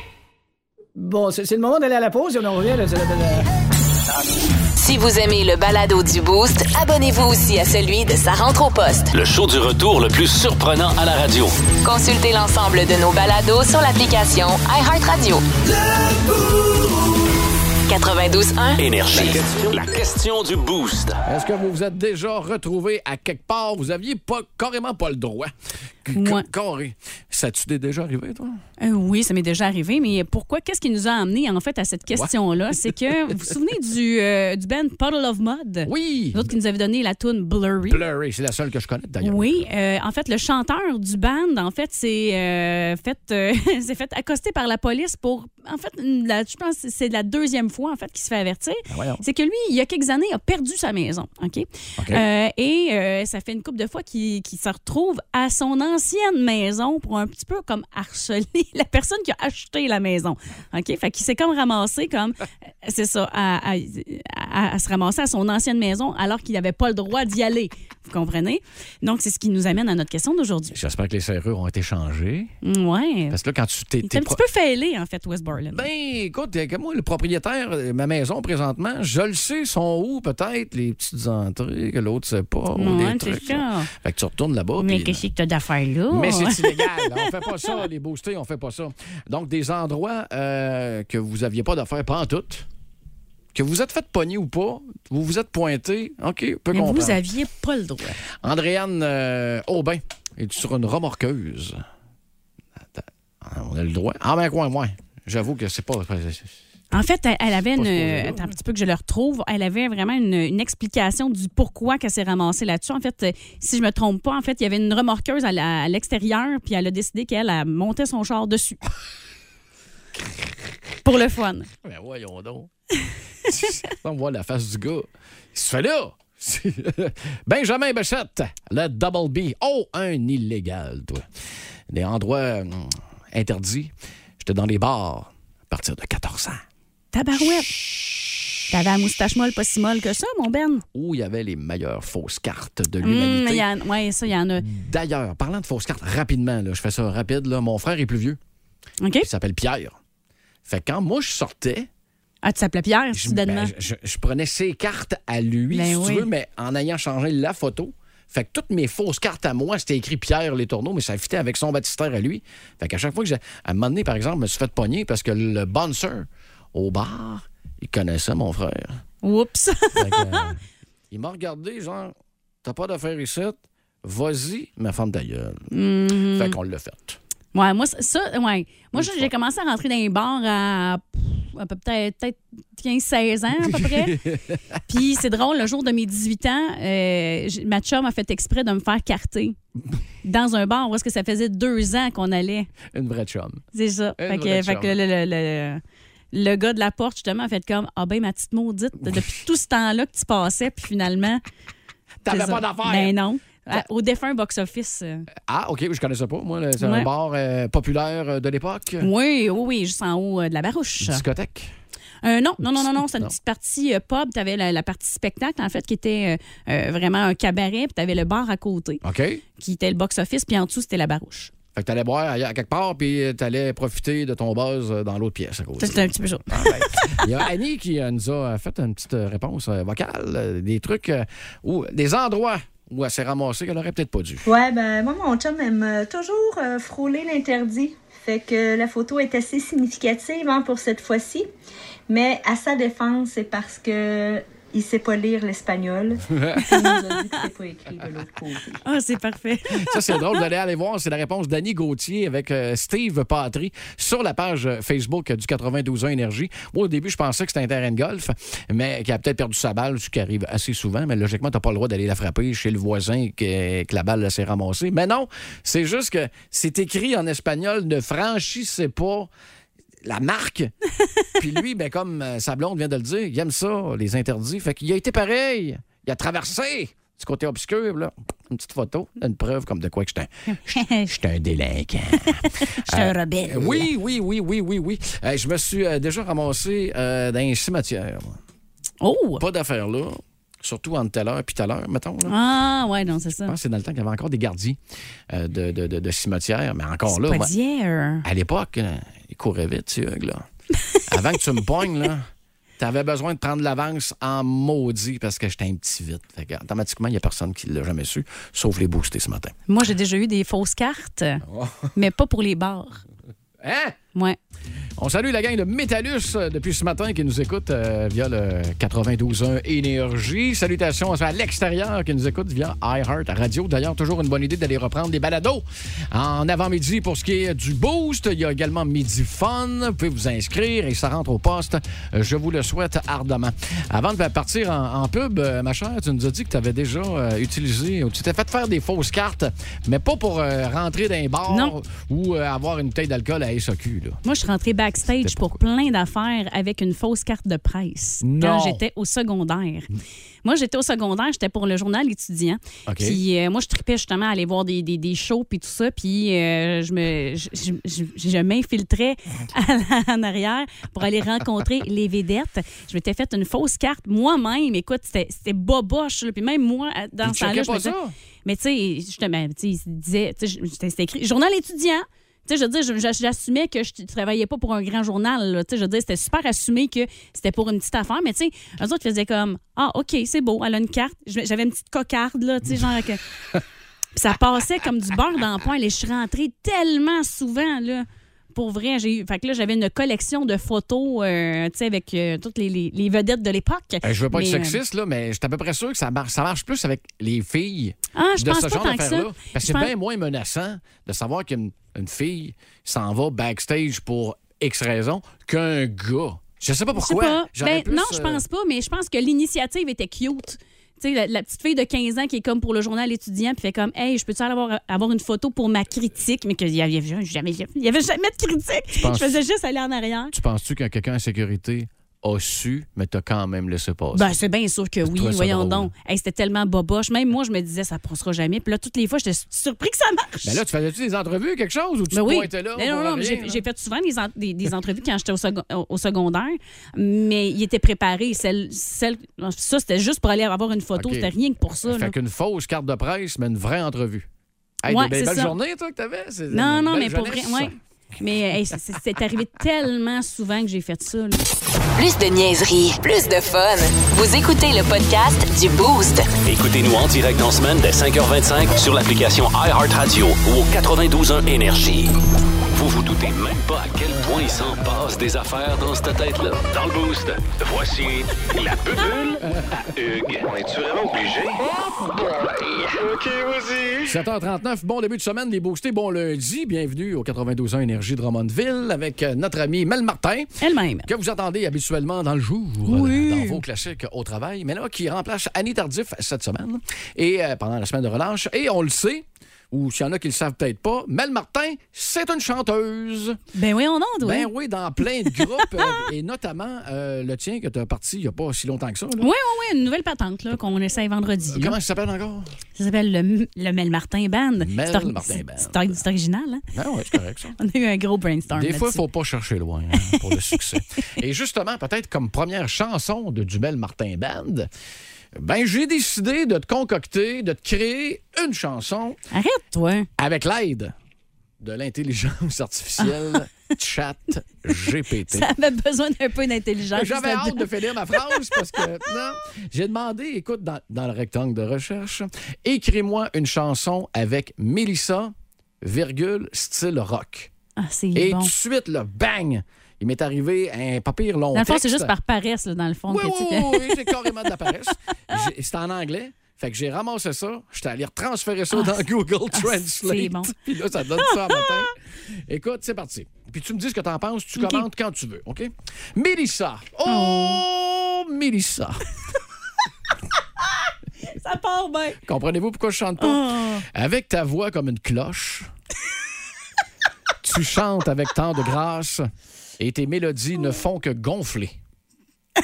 S7: Bon, c'est c'est le moment d'aller à la pause et on en revient, là. c'est la- euh, la- la-
S3: Si vous aimez le balado du Boost, abonnez-vous aussi à celui de sa rentre au poste.
S4: Le show du retour le plus surprenant à la radio.
S3: Consultez l'ensemble de nos balados sur l'application iHeartRadio. 92.1.
S4: Énergie. La question du boost.
S1: Est-ce que vous vous êtes déjà retrouvé à quelque part? Vous aviez pas, carrément pas le droit. C-
S2: Moi.
S1: Carré. Ça tu t'es déjà arrivé, toi?
S2: Euh, oui, ça m'est déjà arrivé, mais pourquoi? Qu'est-ce qui nous a amené en fait à cette question-là? C'est que vous vous souvenez du, euh, du band Puddle of Mud?
S1: Oui!
S2: L'autre qui nous avait donné la tune Blurry.
S1: Blurry, c'est la seule que je connais, d'ailleurs.
S2: Oui, euh, en fait, le chanteur du band, en fait, s'est euh, fait, euh, s'est fait accoster par la police pour, en fait, une- la- je pense que c'est la deuxième fois, en fait, qu'il se fait avertir.
S1: voyons.
S2: c'est que lui, il y a quelques années, a perdu sa maison, OK? Euh, et euh, ça fait une couple de fois qu'il qu'il se retrouve à son ancienne maison pour un petit peu comme harceler la personne qui a acheté la maison, OK? Fait qu'il s'est comme ramassé comme, euh, c'est ça, à, à- à- à se ramasser à son ancienne maison alors qu'il n'avait pas le droit d'y aller. Vous comprenez? Donc, c'est ce qui nous amène à notre question d'aujourd'hui.
S1: J'espère que les serrures ont été changées.
S2: Ouais.
S1: Parce que là, quand tu t'es.
S2: Il est
S1: t'es
S2: un
S1: pro-
S2: petit peu fêlé, en fait, West Borland.
S1: Ben, écoute, euh, que moi, le propriétaire, euh, ma maison présentement, je le sais, sont où peut-être les petites entrées que l'autre sait pas. ou
S2: Ouais,
S1: des
S2: c'est
S1: trucs,
S2: ça.
S1: là. Fait que tu retournes là-bas.
S2: Mais
S1: Oh, puis- euh,
S2: qu'est-ce hein? que t'as d'affaires là?
S1: Mais c'est illégal. On fait pas ça, les boostés, on fait pas ça. Donc, des endroits euh, que vous aviez pas d'affaires, pas en tout. Que vous êtes fait pogner ou pas, vous vous êtes pointé, OK, on peut
S2: Mais
S1: comprendre.
S2: vous aviez pas le droit.
S1: Andréane euh, Aubin est sur une remorqueuse. Attends, on a le droit. Ah ben quoi, moi. J'avoue que c'est pas.
S2: En fait, elle- elle avait une.
S1: supposé, là.
S2: Attends un petit peu que je le retrouve. Elle avait vraiment une, une explication du pourquoi qu'elle s'est ramassée là-dessus. En fait, euh, si je me trompe pas, en fait, il y avait une remorqueuse à la- à l'extérieur, puis elle a décidé qu'elle a monté son char dessus. Pour le fun.
S1: Ben voyons donc. on voit la face du gars. Il se fait là. Benjamin Bechette, le Double B. Oh, un illégal, toi. Des endroits hum, interdits. J'étais dans les bars à partir de 14 ans.
S2: Tabarouette. T'avais la moustache molle, pas si molle que ça, mon Ben.
S1: Où il y avait les meilleures fausses cartes de
S2: Hum, il
S1: l'humanité.
S2: y en- ouais, ça, il y en a.
S1: D'ailleurs, parlant de fausses cartes, rapidement, là, je fais ça rapide, là, mon frère est plus vieux.
S2: OK.
S1: Il s'appelle Pierre. Fait que quand moi je sortais,
S2: Ah, tu t'appelais Pierre,
S1: je,
S2: soudainement.
S1: ben, je- je prenais ses cartes à lui,
S2: Ben
S1: si
S2: oui.
S1: tu veux, mais en ayant changé la photo. Fait que toutes mes fausses cartes à moi, c'était écrit Pierre Les Tourneaux, mais ça fitait avec son baptistère à lui. Fait qu'à chaque fois que j'ai. À un moment donné, par exemple, je me suis fait pogner parce que le bouncer au bar, il connaissait mon frère.
S2: Oups.
S1: Fait que, euh, il m'a regardé, genre, t'as pas d'affaires ici, vas-y, ma femme ta gueule.
S2: Hum.
S1: Fait qu'on l'a fait.
S2: Ouais, moi, ça- ça, ouais. Moi, j'ai j'ai commencé à rentrer dans les bars à, à peu- peut-être peut 15-16 ans, à peu près. Puis c'est drôle, le jour de mes 18 ans, euh, j- ma chum a fait exprès de me faire carter dans un bar où est-ce que ça faisait deux ans qu'on allait.
S1: Une vraie chum.
S2: C'est ça.
S1: Une
S2: Fait que,
S1: vraie
S2: fait
S1: chum.
S2: que le, le- le- le- le gars de la porte, justement, a fait comme Ah ben, ma petite maudite, depuis tout ce temps-là que tu passais, puis finalement.
S1: T'avais
S2: c'est
S1: pas
S2: ça.
S1: d'affaires.
S2: Ben non. À- Au défunt box-office. euh,
S1: Ah, OK, je connaissais pas, moi. là, C'est un
S2: Ouais.
S1: bar euh, populaire euh, de l'époque.
S2: Oui, oui, oui, juste en haut euh, de la barouche.
S1: Discothèque.
S2: Euh, non, non, non, non, non, c'est une
S1: Non.
S2: petite partie euh, pub. Tu avais la, la partie spectacle, en fait, qui était euh, euh, vraiment un cabaret, puis tu avais le bar à côté,
S1: OK. Fait
S2: qui était le box-office, puis en dessous, c'était la barouche.
S1: que t'allais boire ailleurs- à quelque part, puis euh, t'allais profiter de ton buzz euh, dans l'autre pièce à
S2: Ça,
S1: côté.
S2: c'était un petit peu ça.
S1: Ah, Il y a Annie qui euh, nous a fait une petite euh, réponse euh, vocale, euh, des trucs, euh, ou des endroits où elle s'est ramassée qu'elle aurait peut-être pas dû.
S11: Ouais, ben moi, mon chum aime euh, toujours euh, frôler l'interdit. Fait que la photo est assez significative hein, pour cette fois-ci. Mais à sa défense, c'est parce que il sait pas lire l'espagnol. Il nous a dit que c'était pas écrit de l'autre côté.
S2: Ah, c'est parfait.
S1: Ça, c'est drôle. Vous allez aller voir. C'est la réponse d'Annie Gauthier avec euh, Steve Patry sur la page euh, Facebook euh, du 92 Énergie. Moi, au début, je pensais que c'était un terrain de golf, mais qui a peut-être perdu sa balle, ce qui arrive assez souvent. Mais logiquement, t'as pas le droit d'aller la frapper chez le voisin que, que la balle là, s'est ramassée. Mais non, c'est juste que c'est écrit en espagnol ne franchissez pas. La marque. Puis lui, ben, comme euh, sa blonde vient de le dire, il aime ça, les interdits. Fait qu'il a été pareil. Il a traversé du côté obscur, là. Une petite photo, une preuve comme de quoi que j'étais
S2: Je suis
S1: J'étais un délinquant. Euh,
S2: un rebelle.
S1: Oui, oui, oui, oui, oui, oui. Euh, je me suis euh, déjà ramassé euh, dans un cimetière. moi.
S2: Oh!
S1: Pas d'affaires là. Surtout entre telle heure puis telle heure, mettons. Là.
S2: Ah, ouais, non, c'est ça.
S1: Je pense que c'est dans le temps qu'il y avait encore des gardiens euh, de, de, de, de cimetière, mais encore
S2: C'est
S1: là.
S2: pas
S1: moi,
S2: d'hier.
S1: à l'époque, euh, il courait vite, tu Hugues, là. Avant que tu me pognes, là. T'avais besoin de prendre l'avance en maudit parce que j'étais un petit vite. Fait que, automatiquement, il n'y a personne qui l'a jamais su, sauf les boostés ce matin.
S2: Moi, j'ai déjà eu des fausses cartes, mais pas pour les bars.
S1: Hein?
S2: Ouais.
S1: On salue la gang de Métallus euh, depuis ce matin qui nous écoute euh, via le 92.1 Énergie. Salutations à ceux à l'extérieur qui nous écoute via iHeart Radio. D'ailleurs, toujours une bonne idée d'aller reprendre des balados en avant-midi pour ce qui est du boost. Il y a également Midi Fun. Vous pouvez vous inscrire et ça rentre au poste. Euh, Je vous le souhaite ardemment. Avant de partir en, en pub, euh, ma chère, tu nous as dit que tu avais déjà euh, utilisé ou tu t'es fait faire des fausses cartes, mais pas pour euh, rentrer dans un bar
S2: Non.
S1: ou euh, avoir une bouteille d'alcool à SAQ. Là.
S2: Moi, je suis rentrée backstage pour plein d'affaires avec une fausse carte de presse
S1: Non. Mm.
S2: quand j'étais au secondaire. Moi, j'étais au secondaire, j'étais pour le journal étudiant.
S1: OK.
S2: Puis euh, moi, je tripais justement à aller voir des, des, des shows puis tout ça. Puis euh, je me je, je- je- je m'infiltrais à la- en arrière pour aller rencontrer les vedettes. Je m'étais fait une fausse carte moi-même. Écoute, c'était c'était boboche. là. Puis même moi, à- dans
S1: Tu
S2: ce temps-là,
S1: checkais
S2: je me
S1: pas
S2: disais,
S1: ça?
S2: mais tu sais, justement, tu sais, il se disait, tu sais, je- c'était c'était écrit journal étudiant. Tu sais, je veux dire, je- je- j'assumais que je t- travaillais pas pour un grand journal. là. Tu sais, je veux dire, c'était super assumé que c'était pour une petite affaire. Mais tu sais, eux autres faisaient comme Ah, OK, c'est beau, elle a une carte. Je- J'avais une petite cocarde, là, tu sais, genre que. Puis ça passait comme du beurre dans le poing. Là, Je suis rentrée tellement souvent, là. Pour vrai, j'ai eu. Fait que là, j'avais une collection de photos, euh, tu sais, avec euh, toutes les, les- les vedettes de l'époque.
S1: Euh, je veux pas
S2: Mais,
S1: être
S2: euh,
S1: sexiste, là, mais je suis à peu près sûr que ça marche, ça marche plus avec les filles
S2: Ah, je
S1: de
S2: pense
S1: ce
S2: pas
S1: genre
S2: tant que ça.
S1: d'affaires-là. Parce que
S2: Je
S1: c'est
S2: pense-
S1: bien moins menaçant de savoir qu'une une fille s'en va backstage pour X raison qu'un gars. Je sais pas
S2: Je sais
S1: pourquoi.
S2: pas.
S1: J'aurais
S2: Ben,
S1: plus,
S2: non,
S1: euh,
S2: je pense pas, mais je pense que l'initiative était cute. Tu sais, la, la petite fille de 15 ans qui est comme pour le journal étudiant, puis fait comme, hey, je peux-tu avoir, avoir une photo pour ma critique? Mais qu'il n'y avait, jamais- il y avait jamais de critique.
S1: penses-
S2: Je faisais juste aller en arrière.
S1: Tu penses-tu qu'un quelqu'un en sécurité a su, mais t'as quand même laissé passer?
S2: Ben, c'est bien sûr que oui,
S1: trouvais ça
S2: voyons
S1: drôle.
S2: donc. Hey, C'était tellement boboche. Même moi, je me disais, ça passera jamais. Puis là, toutes les fois, j'étais su- surpris que ça marche.
S1: Ben là, tu faisais-tu des entrevues, quelque chose, ou tu
S2: Ben
S1: te
S2: oui.
S1: pointais là?
S2: Ben non,
S1: pour
S2: non,
S1: rien,
S2: mais j'ai
S1: là?
S2: j'ai fait souvent des, en- des- des entrevues quand j'étais au, secon- au- au secondaire, mais il était préparé. Celle, celle- ça, c'était juste pour aller avoir une photo.
S1: OK. Ben,
S2: C'était rien que pour ça. là.
S1: Fait qu'une fausse carte de presse, mais une vraie entrevue. Hey,
S2: Ouais,
S1: des
S2: c'est
S1: belles
S2: ça.
S1: journées, toi, que t'avais? C'est
S2: Non,
S1: une
S2: non,
S1: belle
S2: mais pour vrai,
S1: jeunesse.
S2: ouais. Mais hey, c'est- c'est c'est arrivé tellement souvent que j'ai fait ça. là.
S3: Plus de niaiserie, plus de fun. Vous écoutez le podcast du Boost.
S4: Écoutez-nous en direct en semaine dès 5h25 sur l'application iHeartRadio ou au 92.1 Énergie. Vous vous doutez même pas à quel point il s'en passe des affaires dans cette tête-là. Dans le boost, voici la bulle à Hugues. On est-tu vraiment obligé?
S1: 7h39, bon début de semaine, les boostés, bon lundi. Bienvenue au 92 ans Énergie de Drummondville avec euh, notre amie Mel Martin.
S2: Elle-même.
S1: Que vous attendez habituellement dans le jour, euh, dans vos classiques au travail, mais là, qui remplace Annie Tardif cette semaine et euh, pendant la semaine de relâche. Et on le sait, ou s'il y en a qui le savent peut-être pas, Mel Martin, c'est une chanteuse.
S2: Ben oui, on en
S1: Ben oui, dans plein de groupes, euh, et notamment euh, le tien que tu as parti il n'y a pas si longtemps que ça. là.
S2: Oui, oui, oui, une nouvelle patente là, qu'on essaie vendredi. là.
S1: Comment ça s'appelle encore?
S2: Ça s'appelle le, le Mel Martin Band.
S1: Mel
S2: C'est ori-
S1: Martin
S2: c'est-
S1: Band.
S2: C'est ori- c'est original, hein?
S1: Ben oui, c'est correct ça.
S2: On a eu un gros brainstorm.
S1: Des fois, il
S2: là-dessus.
S1: faut pas chercher loin hein, pour le succès. Et justement, peut-être comme première chanson de Dumel Martin Band, ben j'ai décidé de te concocter, de te créer une chanson
S2: Arrête, toi.
S1: avec l'aide de l'intelligence artificielle Chat GPT.
S2: Ça avait besoin d'un peu d'intelligence.
S1: J'avais
S2: là-dedans.
S1: hâte de finir ma phrase parce que non. J'ai demandé, écoute, dans, dans le rectangle de recherche, écris-moi une chanson avec Mélissa, virgule, style rock.
S2: Ah, c'est
S1: Et
S2: bon.
S1: tout de suite, le bang! Il m'est arrivé un papier long
S2: Dans le fond,
S1: texte.
S2: c'est juste par paresse, là, dans le fond.
S1: Oui,
S2: que tu
S1: oui,
S2: t'es-
S1: oui, oui, c'est carrément de la paresse. J'ai- C'était en anglais. Fait que j'ai ramassé ça, j'étais allé transférer ça
S2: Ah,
S1: dans
S2: c'est-
S1: Google
S2: ah,
S1: Translate.
S2: c'est bon.
S1: Puis là, ça donne ça en matin. Écoute, c'est parti. Puis tu me dis ce que t'en penses, tu
S2: OK.
S1: commentes quand tu veux, OK? Mélissa. Oh, Mélissa.
S2: Ça part bien.
S1: Comprenez-vous pourquoi je chante pas? Avec ta voix comme une cloche, tu chantes avec tant de grâce et tes mélodies ne font que gonfler. tu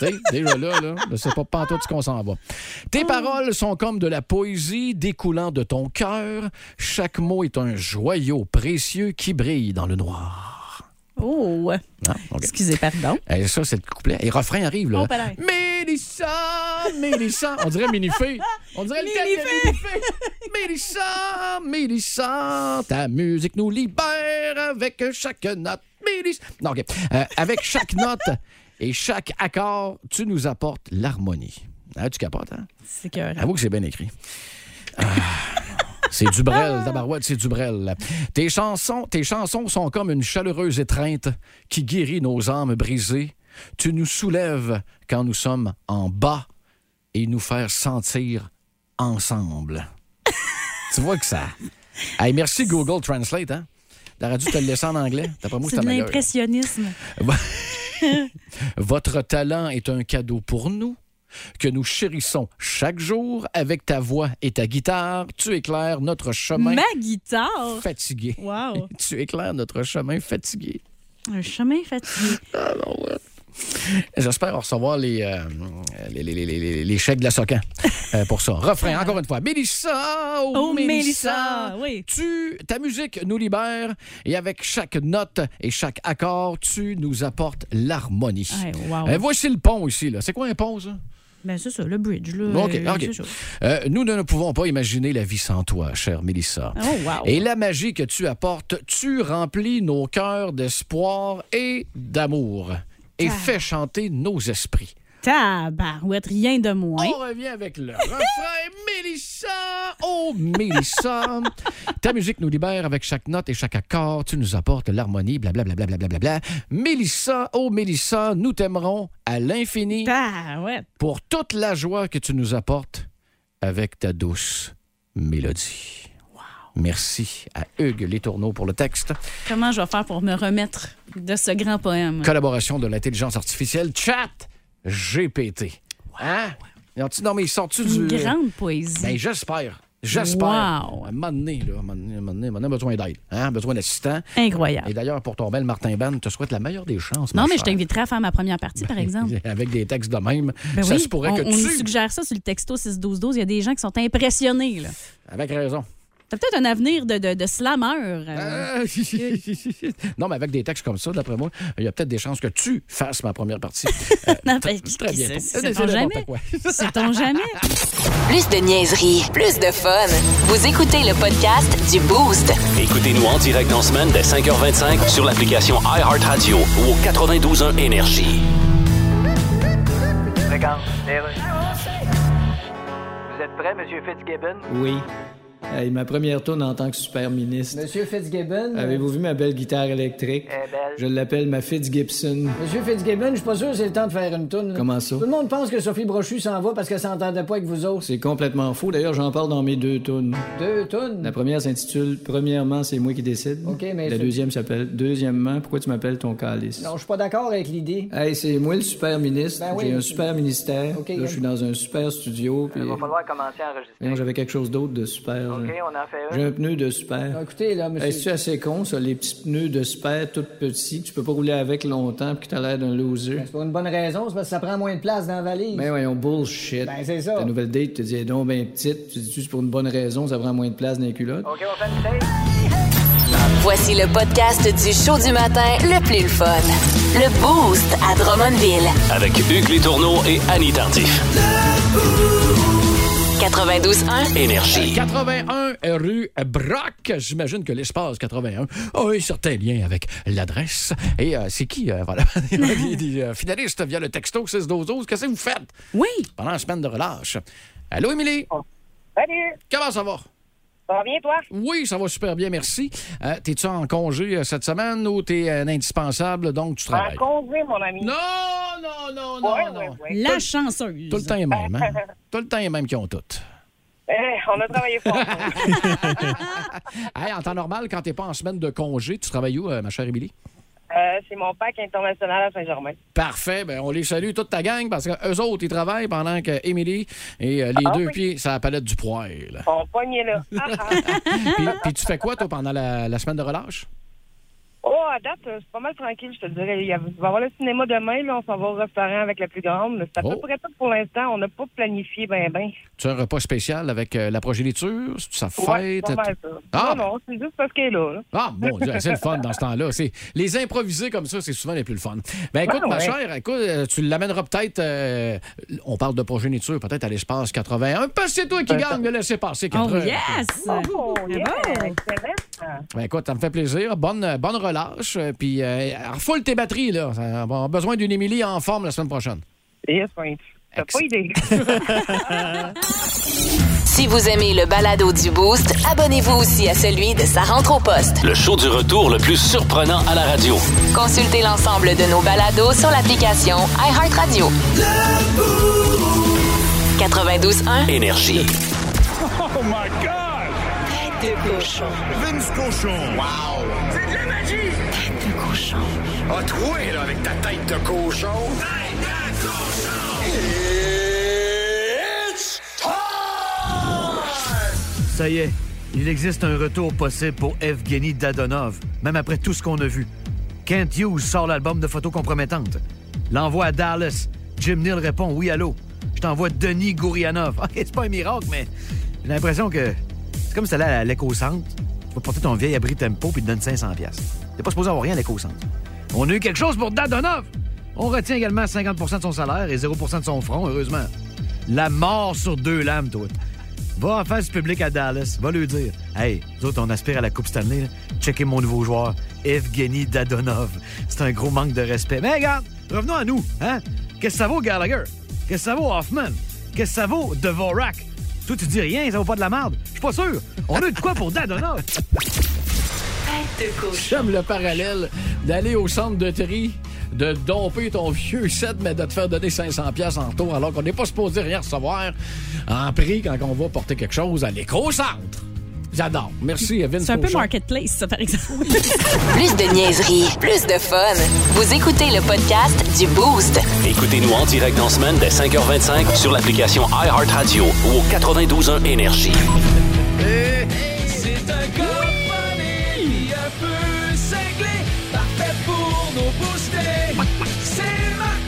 S1: sais, déjà là, là, je sais pas pantoute ce qu'on s'en va. Tes paroles sont comme de la poésie découlant de ton cœur. Chaque mot est un joyau précieux qui brille dans le noir.
S2: Oh.
S1: Ah, OK.
S2: Excusez, pardon.
S1: Eh, ça, c'est le couplet. Et refrain arrive, là.
S2: Oh, pas l'air.
S1: Mélissa, Mélissa. On dirait Minifée. On dirait le thème de Minifée. Mélissa, Mélissa, ta musique nous libère avec chaque note. Mélissa. Non, OK. Euh, avec chaque note et chaque accord, tu nous apportes l'harmonie. Ah, tu capotes, hein?
S2: C'est que.
S1: Avoue que c'est bien écrit. Ah, C'est du brel,
S2: Ah.
S1: tabarouette, c'est du brel. Tes chansons, tes chansons sont comme une chaleureuse étreinte qui guérit nos âmes brisées. Tu nous soulèves quand nous sommes en bas et nous faire sentir ensemble. tu vois que ça... Hey, merci Google Translate, hein? T'aurais dû te le laisser en anglais. T'as pas moi,
S2: C'est de
S1: c'était meilleur.
S2: l'impressionnisme.
S1: Votre talent est un cadeau pour nous que nous chérissons chaque jour avec ta voix et ta guitare. Tu éclaires notre chemin
S2: Ma guitare.
S1: fatigué.
S2: Wow.
S1: Tu éclaires notre chemin fatigué.
S2: Un chemin fatigué.
S1: J'espère recevoir les, euh, les, les- les- les- les chèques de la Socan euh, pour ça. Refrain, encore une fois. Mélissa, oh,
S2: Oh,
S1: Mélissa,
S2: Mélissa, oui.
S1: tu, ta musique nous libère et avec chaque note et chaque accord, tu nous apportes l'harmonie.
S2: Ouais, wow.
S1: Euh, voici le pont ici. là. C'est quoi un pont, ça?
S2: Ben, c'est ça, le bridge, là.
S1: OK,
S2: euh,
S1: OK.
S2: c'est ça.
S1: Euh, nous ne pouvons pas imaginer la vie sans toi, chère Mélissa.
S2: Oh, wow.
S1: Et la magie que tu apportes, tu remplis nos cœurs d'espoir et d'amour et fais chanter nos esprits.
S2: Tabarouette, rien de moins.
S1: On revient avec le refrain Mélissa. Oh, Mélissa. Ta musique nous libère avec chaque note et chaque accord. Tu nous apportes l'harmonie, blablabla. Bla, bla, bla, bla. Mélissa, oh, Mélissa, nous t'aimerons à l'infini pour toute la joie que tu nous apportes avec ta douce mélodie. Merci à Hugues Létourneau pour le texte.
S2: Comment je vais faire pour me remettre de ce grand poème?
S1: Collaboration de l'intelligence artificielle Chat GPT. Hein? Non, tu- non, mais ils sortent-tu
S2: Une
S1: du.
S2: grande poésie.
S1: Ben, j'espère. J'espère.
S2: Wow.
S1: À un moment donné, là, à un moment donné, à un moment donné, à un moment donné, besoin d'aide. Hein? Besoin d'assistant.
S2: Incroyable.
S1: Et d'ailleurs, pour ton bel Martin Ban, te souhaite la meilleure des chances.
S2: Non,
S1: ma
S2: mais je
S1: chère.
S2: t'inviterai à faire ma première partie,
S1: Ben,
S2: par exemple.
S1: Avec des textes de même,
S2: Ben
S1: ça
S2: oui,
S1: se pourrait
S2: on,
S1: que
S2: on nous
S1: tu.
S2: suggère ça sur le texto 61212. Il y a des gens qui sont impressionnés. là.
S1: Avec raison.
S2: T'as peut-être un avenir de, de, de slammer. euh.
S1: Ah, non, mais avec des textes comme ça, d'après moi, il y a peut-être des chances que tu fasses ma première partie.
S2: Non, ben, qui-
S1: Euh, très
S2: qui
S1: bientôt.
S2: sait,
S1: C'est
S2: Sait-on
S1: n'importe
S2: jamais?
S1: quoi.
S2: Sait-on jamais?
S3: Plus de niaiserie, plus de fun. Vous écoutez le podcast du Boost.
S4: Écoutez-nous en direct dans la semaine dès 5h25 sur l'application iHeartRadio ou au 92.1 Énergie.
S8: Regarde, les rues. Vous êtes prêt, Monsieur Fitzgibbon?
S6: Oui. Hey, ma première tourne en tant que super ministre.
S10: Monsieur Fitzgibbon.
S6: Avez-vous vu ma belle guitare électrique? Je l'appelle ma Fitzgibson.
S10: Monsieur Fitzgibbon, je suis pas sûr que c'est le temps de faire une toune. là.
S6: Comment ça?
S10: Tout le monde pense que Sophie Brochu s'en va parce qu'elle s'entendait pas avec vous autres.
S6: C'est complètement faux. D'ailleurs, j'en parle dans mes deux tunes.
S10: Deux tounes.
S6: La première s'intitule Premièrement, c'est moi qui décide.
S10: OK, mais
S6: La
S10: c'est-
S6: deuxième s'appelle Deuxièmement, pourquoi tu m'appelles ton calice?
S10: Non, je suis pas d'accord avec l'idée.
S6: Hey, c'est moi le super ministre.
S10: Ben oui,
S6: J'ai un
S10: mais-
S6: super ministère.
S10: OK,
S6: Là, je suis dans un super studio. Puis...
S10: Il euh, va falloir commencer à enregistrer.
S6: Voyons, J'avais quelque chose d'autre de super.
S10: OK,
S6: là.
S10: on en fait
S6: J'ai
S10: un.
S6: un pneu de super.
S10: Ben, Écoutez, là, monsieur.
S6: Est-ce que c'est assez con, ça, les petits pneus de super tout petits? Tu peux pas rouler avec longtemps puis que t'as l'air d'un loser.
S10: Ben, C'est pour une bonne raison, c'est parce que ça prend moins de place dans la valise.
S6: Ben voyons, bullshit.
S10: Ben, c'est ça.
S6: Ta nouvelle date, tu te dis, eh donc, ben petite, tu dis, c'est pour une bonne raison, ça prend moins de place dans les culottes.
S10: OK, on fait une tape.
S3: Voici le podcast du show du matin le plus le fun. Le Boost à Drummondville.
S4: Avec Hugues Létourneau et Annie Tardif.
S3: 92.1.
S4: Énergie.
S1: 81 rue Brock. J'imagine que l'espace 81 a un certain lien avec l'adresse. Et euh, c'est qui, euh, voilà, des, des, euh, finalistes via le texto 6 12 12. Qu'est-ce que vous faites?
S2: Oui.
S1: Pendant la semaine de relâche. Allô, Émilie?
S12: Salut!
S1: Comment ça va?
S12: Ça va bien, toi?
S1: Oui, ça va super bien, merci. Euh, T'es-tu en congé euh, cette semaine ou t'es euh, indispensable, donc tu
S12: En
S1: travailles?
S12: congé, mon ami.
S1: Non, non, non,
S12: non,
S2: La chanceuse.
S1: Tout le temps les mêmes, hein? Tout le temps les mêmes qui ont toutes.
S12: Eh, on a travaillé fort. hein.
S1: Hey, en temps normal, quand t'es pas en semaine de congé, tu travailles où, euh, ma chère Émilie?
S12: Euh, c'est mon pack international à Saint-Germain.
S1: Parfait. Ben, on les salue, toute ta gang, parce qu'eux autres, ils travaillent pendant que Émilie et euh, les
S12: Ah
S1: deux
S12: oui.
S1: pieds, ça la palette du poil.
S12: On pognait là. Ah, ah.
S1: puis, puis tu fais quoi, toi, pendant la, la semaine de relâche?
S12: oh, à date, euh, c'est pas mal tranquille, je te dirais. Il y a- il va y avoir le cinéma demain, là, on s'en va au restaurant avec la plus grande. là. C'est à
S1: Oh.
S12: peu près tout pour l'instant. On n'a pas planifié, ben, ben.
S1: Tu as un repas spécial avec euh, la progéniture? C'est sa fête?
S12: Ouais, c'est pas mal ça.
S1: Ah!
S12: Non, non, c'est juste parce qu'elle est là. là.
S1: Ah, mon Dieu, c'est le fun dans ce temps-là. C'est- Les improvisés comme ça, c'est souvent les plus le fun. Ben écoute,
S12: Ah,
S1: ma
S12: ouais.
S1: chère, écoute, euh, tu l'amèneras peut-être, euh, on parle de progéniture, peut-être à l'espace 81, parce que c'est toi qui gagne de laisser passer
S2: Oh,
S1: 80.
S2: yes!
S12: Oh, yeah, excellent.
S1: Ben écoute, ça me fait plaisir. Bonne, euh, bonne relâche. euh, Puis, euh, refoule tes batteries, là. Ça- On a besoin d'une Émilie en forme la semaine prochaine.
S12: Yes, oui. T'as pas idée.
S3: Si vous aimez le balado du Boost, abonnez-vous aussi à celui de sa rentre au poste.
S4: Le show du retour le plus surprenant à la radio.
S3: Consultez l'ensemble de nos balados sur l'application iHeartRadio. 92.1.
S4: Énergie.
S3: Oh my God! Tête de cochon.
S13: Vince cochon. Wow! C'est de la magie! Tête de cochon. A troué, là, avec ta tête de cochon. Tête de cochon! It's
S14: Ça y est, il existe un retour possible pour Evgeny Dadonov, même après tout ce qu'on a vu. Kent Hughes sort l'album de photos compromettantes. L'envoie à Dallas. Jim Neal répond Oui, allô. Je t'envoie Denis Gourianov. OK, c'est pas un miracle, mais j'ai l'impression que c'est comme si t'allais à l'éco-centre. Tu vas porter ton vieil abri tempo puis te donne 500$. piastres. T'es pas supposé avoir rien à l'éco-centre. On a eu quelque chose pour Dadonov. On retient également 50 de son salaire et 0 de son front, heureusement. La mort sur deux lames, toi. Va en face du public à Dallas. Va lui dire Hey, nous autres, on aspire à la Coupe Stanley. là. Checkez mon nouveau joueur, Evgeny Dadonov. C'est un gros manque de respect. Mais regarde, revenons à nous. Hein? Qu'est-ce que ça vaut Gallagher? Qu'est-ce que ça vaut Hoffman? Qu'est-ce que ça vaut Dvorak? Toi, tu dis rien, ça vaut pas de la merde. Je suis pas sûr. On a eu de quoi pour Dadonov?
S1: J'aime le parallèle d'aller au centre de tri, de domper ton vieux set, mais de te faire donner 500 pièces en taux alors qu'on n'est pas supposé rien recevoir en prix quand on va porter quelque chose à l'éco-centre. J'adore. Merci, Vince
S2: C'est un peu
S1: Cochon.
S2: marketplace, ça, par exemple.
S3: Plus de niaiserie, plus de fun. Vous écoutez le podcast du Boost.
S4: Écoutez-nous en direct dans la semaine dès 5h25 sur l'application iHeartRadio ou au 92.1 Énergie.
S13: C'est un compagnie un peu cinglé, parfait pour nos boostés. C'est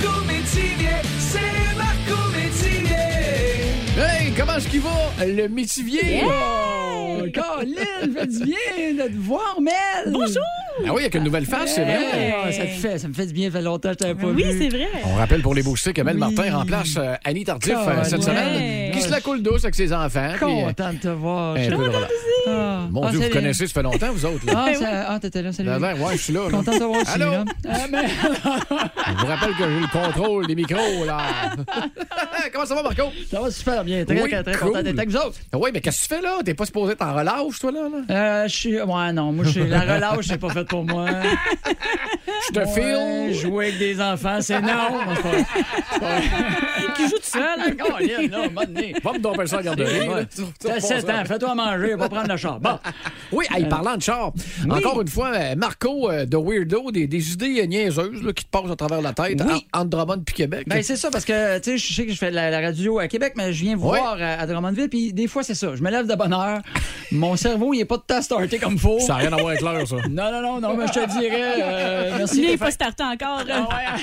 S13: Marco Métivier, c'est Marco Métivier.
S1: Hey, comment est-ce qu'il va, le métivier?
S13: Yeah!
S1: Oh, Colin, fait du bien de te voir, Mel! Bonjour! Ah oui, avec une nouvelle face, c'est vrai.
S15: Ouais, ça, te fait, ça me fait du bien, ça fait longtemps que je t'avais pas
S1: Oui,
S15: vu.
S1: c'est
S2: vrai.
S1: On rappelle pour les boostés que Mel Martin remplace euh, Annie Tardif euh, cette
S15: Colin.
S1: semaine, qui se la coule douce avec ses enfants. puis, euh,
S15: Content de te voir.
S1: un peu de relax.
S15: Ah.
S1: Mon
S15: Ah,
S1: Dieu, vous
S15: salut.
S1: connaissez, ça fait longtemps, vous autres.
S15: Ah,
S1: Là.
S15: ça- ah, t'étais là, salut.
S1: Ben, ben, ouais, je suis là. là.
S15: Content de te voir aussi,
S1: Allô?
S15: là.
S1: Ah, Je vous rappelle que j'ai le contrôle des micros, là. Comment ça va, Marco?
S15: Ça va super bien. Très, très, très content d'être avec vous autres.
S1: Oui, mais qu'est-ce que tu fais, là? T'es pas supposé t'en relâche, toi, là? là?
S15: Euh, je suis. Ouais, non, moi, je suis. La relâche, c'est pas faite pour moi.
S1: Je te
S15: file. Jouer avec des enfants, c'est non. C'est pas- c'est pas-
S2: Qui joue tout seul.
S15: Colin, là, un moment donné.
S1: Va me domper ça en garderie. là.
S15: C'est bon. T'as 7 ans, Euh. fais-toi manger, va prendre le char. Bon.
S1: Oui, hey, parlant de char, encore une fois, euh, Marco euh, de Weirdo, des, des idées euh, niaiseuses là, qui te passent à travers la tête
S15: Oui.
S1: en- entre Drummond puis Québec.
S15: Ben, c'est ça, parce que, tu sais, je sais que je fais de la, la radio à Québec, mais je viens vous
S1: Ouais.
S15: voir à, à Drummondville, puis des fois, c'est ça. Je me lève de bonne heure,
S10: hein.
S15: mon cerveau, il est pas tout à starté comme faut.
S1: Oh, Ça n'a rien à voir avec l'heure, ça.
S15: Non, non, non, non, mais je te dirais, euh, merci.
S2: Lui, il est
S15: Stéphane.
S2: pas starté encore.
S1: Ah,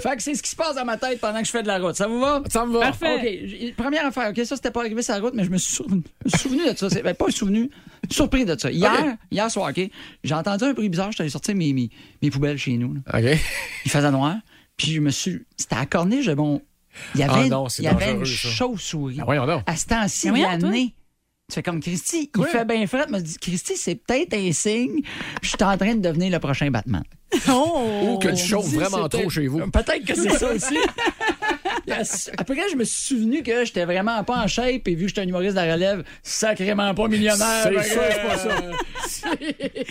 S15: Fait que c'est ce qui se passe dans ma tête pendant que je fais de la route. Ça vous va?
S1: Ça me va.
S2: Parfait.
S15: OK. J- Première affaire. OK, ça, c'était pas arrivé sur la route, mais je me suis sou- me suis souvenu de ça. C'est- Ben, pas souvenu, surpris de ça. Hier,
S1: OK.
S15: hier soir, OK, j'ai entendu un bruit bizarre. Je suis allé sortir mes, mes, mes poubelles chez nous. là.
S1: OK.
S15: Il faisait noir. Puis je me suis... C'était à la corniche de bon... Il y
S1: Ah
S15: avait, une-
S1: non, c'est
S15: il y avait
S1: dangereux,
S15: une
S1: ça.
S15: chauve-souris.
S1: Ah, voyons donc.
S15: À ce temps-ci
S2: Ah,
S15: de
S2: voyons, toi.
S15: l'année. Tu fais comme Christy,
S2: Quoi?
S15: il fait bien frais. me dit Christy, c'est peut-être un signe. Je suis en train de devenir le prochain Batman.
S1: Ou que tu chauffes vraiment trop chez vous.
S15: Peut-être que c'est ça aussi. Yes. Après, je me suis souvenu que j'étais vraiment pas en shape et vu que j'étais un humoriste de la relève, sacrément pas millionnaire.
S1: C'est
S15: Ben,
S1: sûr,
S15: euh,
S1: c'est pas ça.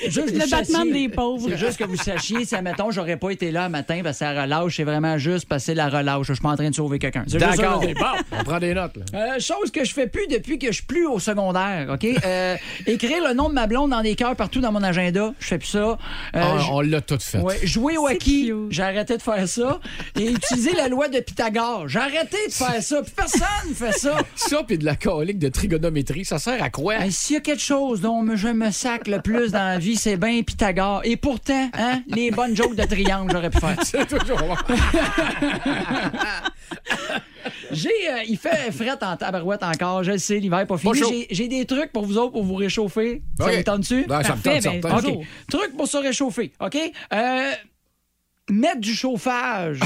S15: juste que
S2: Le
S15: vous
S2: Batman
S15: sachiez-
S2: des pauvres.
S15: C'est juste que vous sachiez, si, admettons, j'aurais pas été là un matin parce que la relâche, c'est vraiment juste passer la relâche. Je suis pas en train de sauver quelqu'un. C'est juste ça,
S1: D'accord.
S15: le départ.
S1: On prend des notes. Là.
S15: Euh, chose que je fais plus depuis que je suis plus au secondaire, OK? Euh, écrire le nom de ma blonde dans des cœurs partout dans mon agenda, je fais plus ça. Euh,
S1: Ah,
S15: je-
S1: on l'a tout fait.
S15: Ouais, jouer au hockey, j'ai arrêté de faire ça. Et utiliser la loi de Pythagore, j'ai arrêté de faire ça. Puis personne fait ça.
S1: Ça, puis de la colique de trigonométrie, ça sert à quoi?
S15: Hey, S'il y a quelque chose dont me- je me sac le plus dans la vie, c'est bien Pythagore. Et pourtant, hein, les bonnes jokes de triangle, j'aurais pu faire.
S1: C'est toujours
S15: J'ai, euh, il fait fret en tabarouette encore. Je le sais, l'hiver est pas fini.
S1: Pas chaud.
S15: J'ai- J'ai des trucs pour vous autres pour vous réchauffer. Ça
S1: Ok.
S15: vous tente dessus?
S1: Ben, ça me
S2: Parfait,
S1: tente, certain.
S2: ben,
S1: OK.
S2: toujours.
S15: Truc pour se réchauffer, OK? Euh, mettre du chauffage.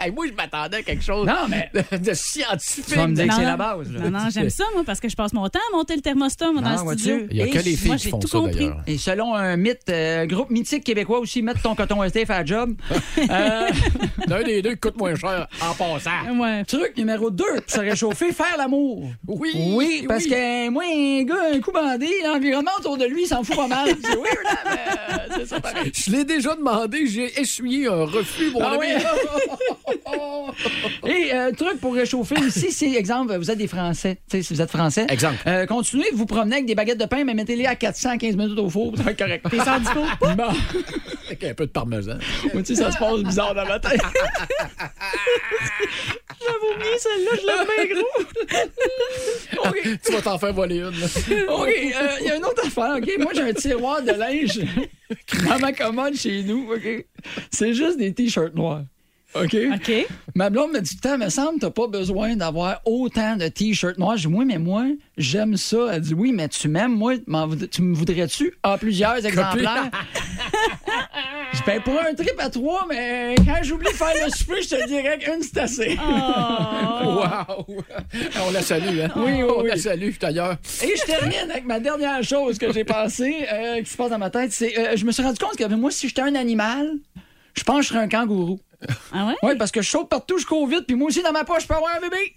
S1: Hey, moi, je m'attendais à quelque chose
S15: Non, mais-
S1: de scientifique.
S15: tu vas me dire que c'est
S2: Non,
S15: la
S2: non.
S15: base. là.
S2: Non, non, j'aime ça, moi, parce que je passe mon temps à monter le thermostat, moi,
S15: Ah,
S2: dans le
S15: vois-tu?
S2: studio.
S1: Il y a
S15: Et
S1: que les filles
S2: moi,
S1: qui
S2: j'ai
S1: font
S2: tout
S1: ça,
S2: compris.
S1: d'ailleurs.
S15: Et selon un mythe, euh, groupe mythique québécois aussi, mettre ton coton STF à la job. Euh,
S1: L'un des deux coûte moins cher en passant.
S2: Ouais.
S15: truc numéro 2 pour se réchauffer, faire l'amour.
S1: Oui,
S15: Oui, parce
S1: oui.
S15: que moi, un gars, un coup bandé, l'environnement autour de lui, il s'en fout pas mal. C'est weird, hein, mais, euh, c'est ça pareil.
S1: Je l'ai déjà demandé, j'ai essuyé un refus, mon
S15: Ah
S1: ami.
S15: Et euh, truc pour réchauffer aussi, c'est exemple, vous êtes des Français, tu sais, si vous êtes Français.
S1: Exemple.
S15: Euh, continuez de vous promener avec des baguettes de pain, mais mettez-les à 415 minutes au four, ça va être correct. T'es sans dispo? Bon,
S1: Avec un peu de parmesan.
S15: Moi, tu sais, ça se passe bizarre dans ma tête. J'avais oublié celle-là, je l'avais bien gros. OK.
S1: Ah, tu vas t'en faire voler une. là.
S15: OK, euh, il y a une autre affaire, OK? Moi, j'ai un tiroir de linge dans ma commode chez nous, OK? C'est juste des T-shirts noirs, OK?
S2: OK.
S15: Ma blonde me dit, « Putain, me semble t'as pas besoin d'avoir autant de T-shirts noirs. » Je dis, « Oui, mais moi, j'aime ça. » Elle dit, « Oui, mais tu m'aimes, moi, m'en voud- tu me voudrais-tu à plusieurs exemplaires? » Je dis, « Ben, pour un trip à trois, mais quand j'oublie de faire le souper, je te dirais qu'une, c'est assez.
S1: Wow! On la salue, hein?
S15: Ah. Oui, oui,
S1: On
S15: oui.
S1: la salue, d'ailleurs.
S15: Et je termine avec ma dernière chose que j'ai pensée, euh, qui se passe dans ma tête. C'est, euh, je me suis rendu compte que moi, si j'étais un animal, Je pense que je serais un kangourou.
S16: Ah ouais?
S15: Oui, parce que je saute partout, je cours vite, puis moi aussi, dans ma poche, je peux avoir un bébé.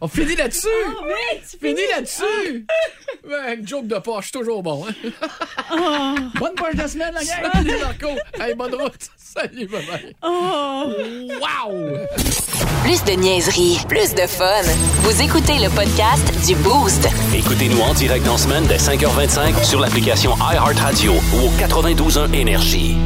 S1: On finit là-dessus!
S16: Ah oui, tu
S1: Fini
S16: finis.
S1: là-dessus! Ouais, une joke de poche, toujours bon. hein?
S15: Bonne poche de semaine, la gang!
S1: Ah. Salut Marco! Hey, bonne route! Ah. Salut, bye bye!
S16: Oh!
S1: Wow!
S3: Plus de niaiserie, plus de fun. Vous écoutez le podcast du Boost.
S4: Écoutez-nous en direct dans la semaine dès 5h25 sur l'application iHeartRadio ou au 92.1 Énergie.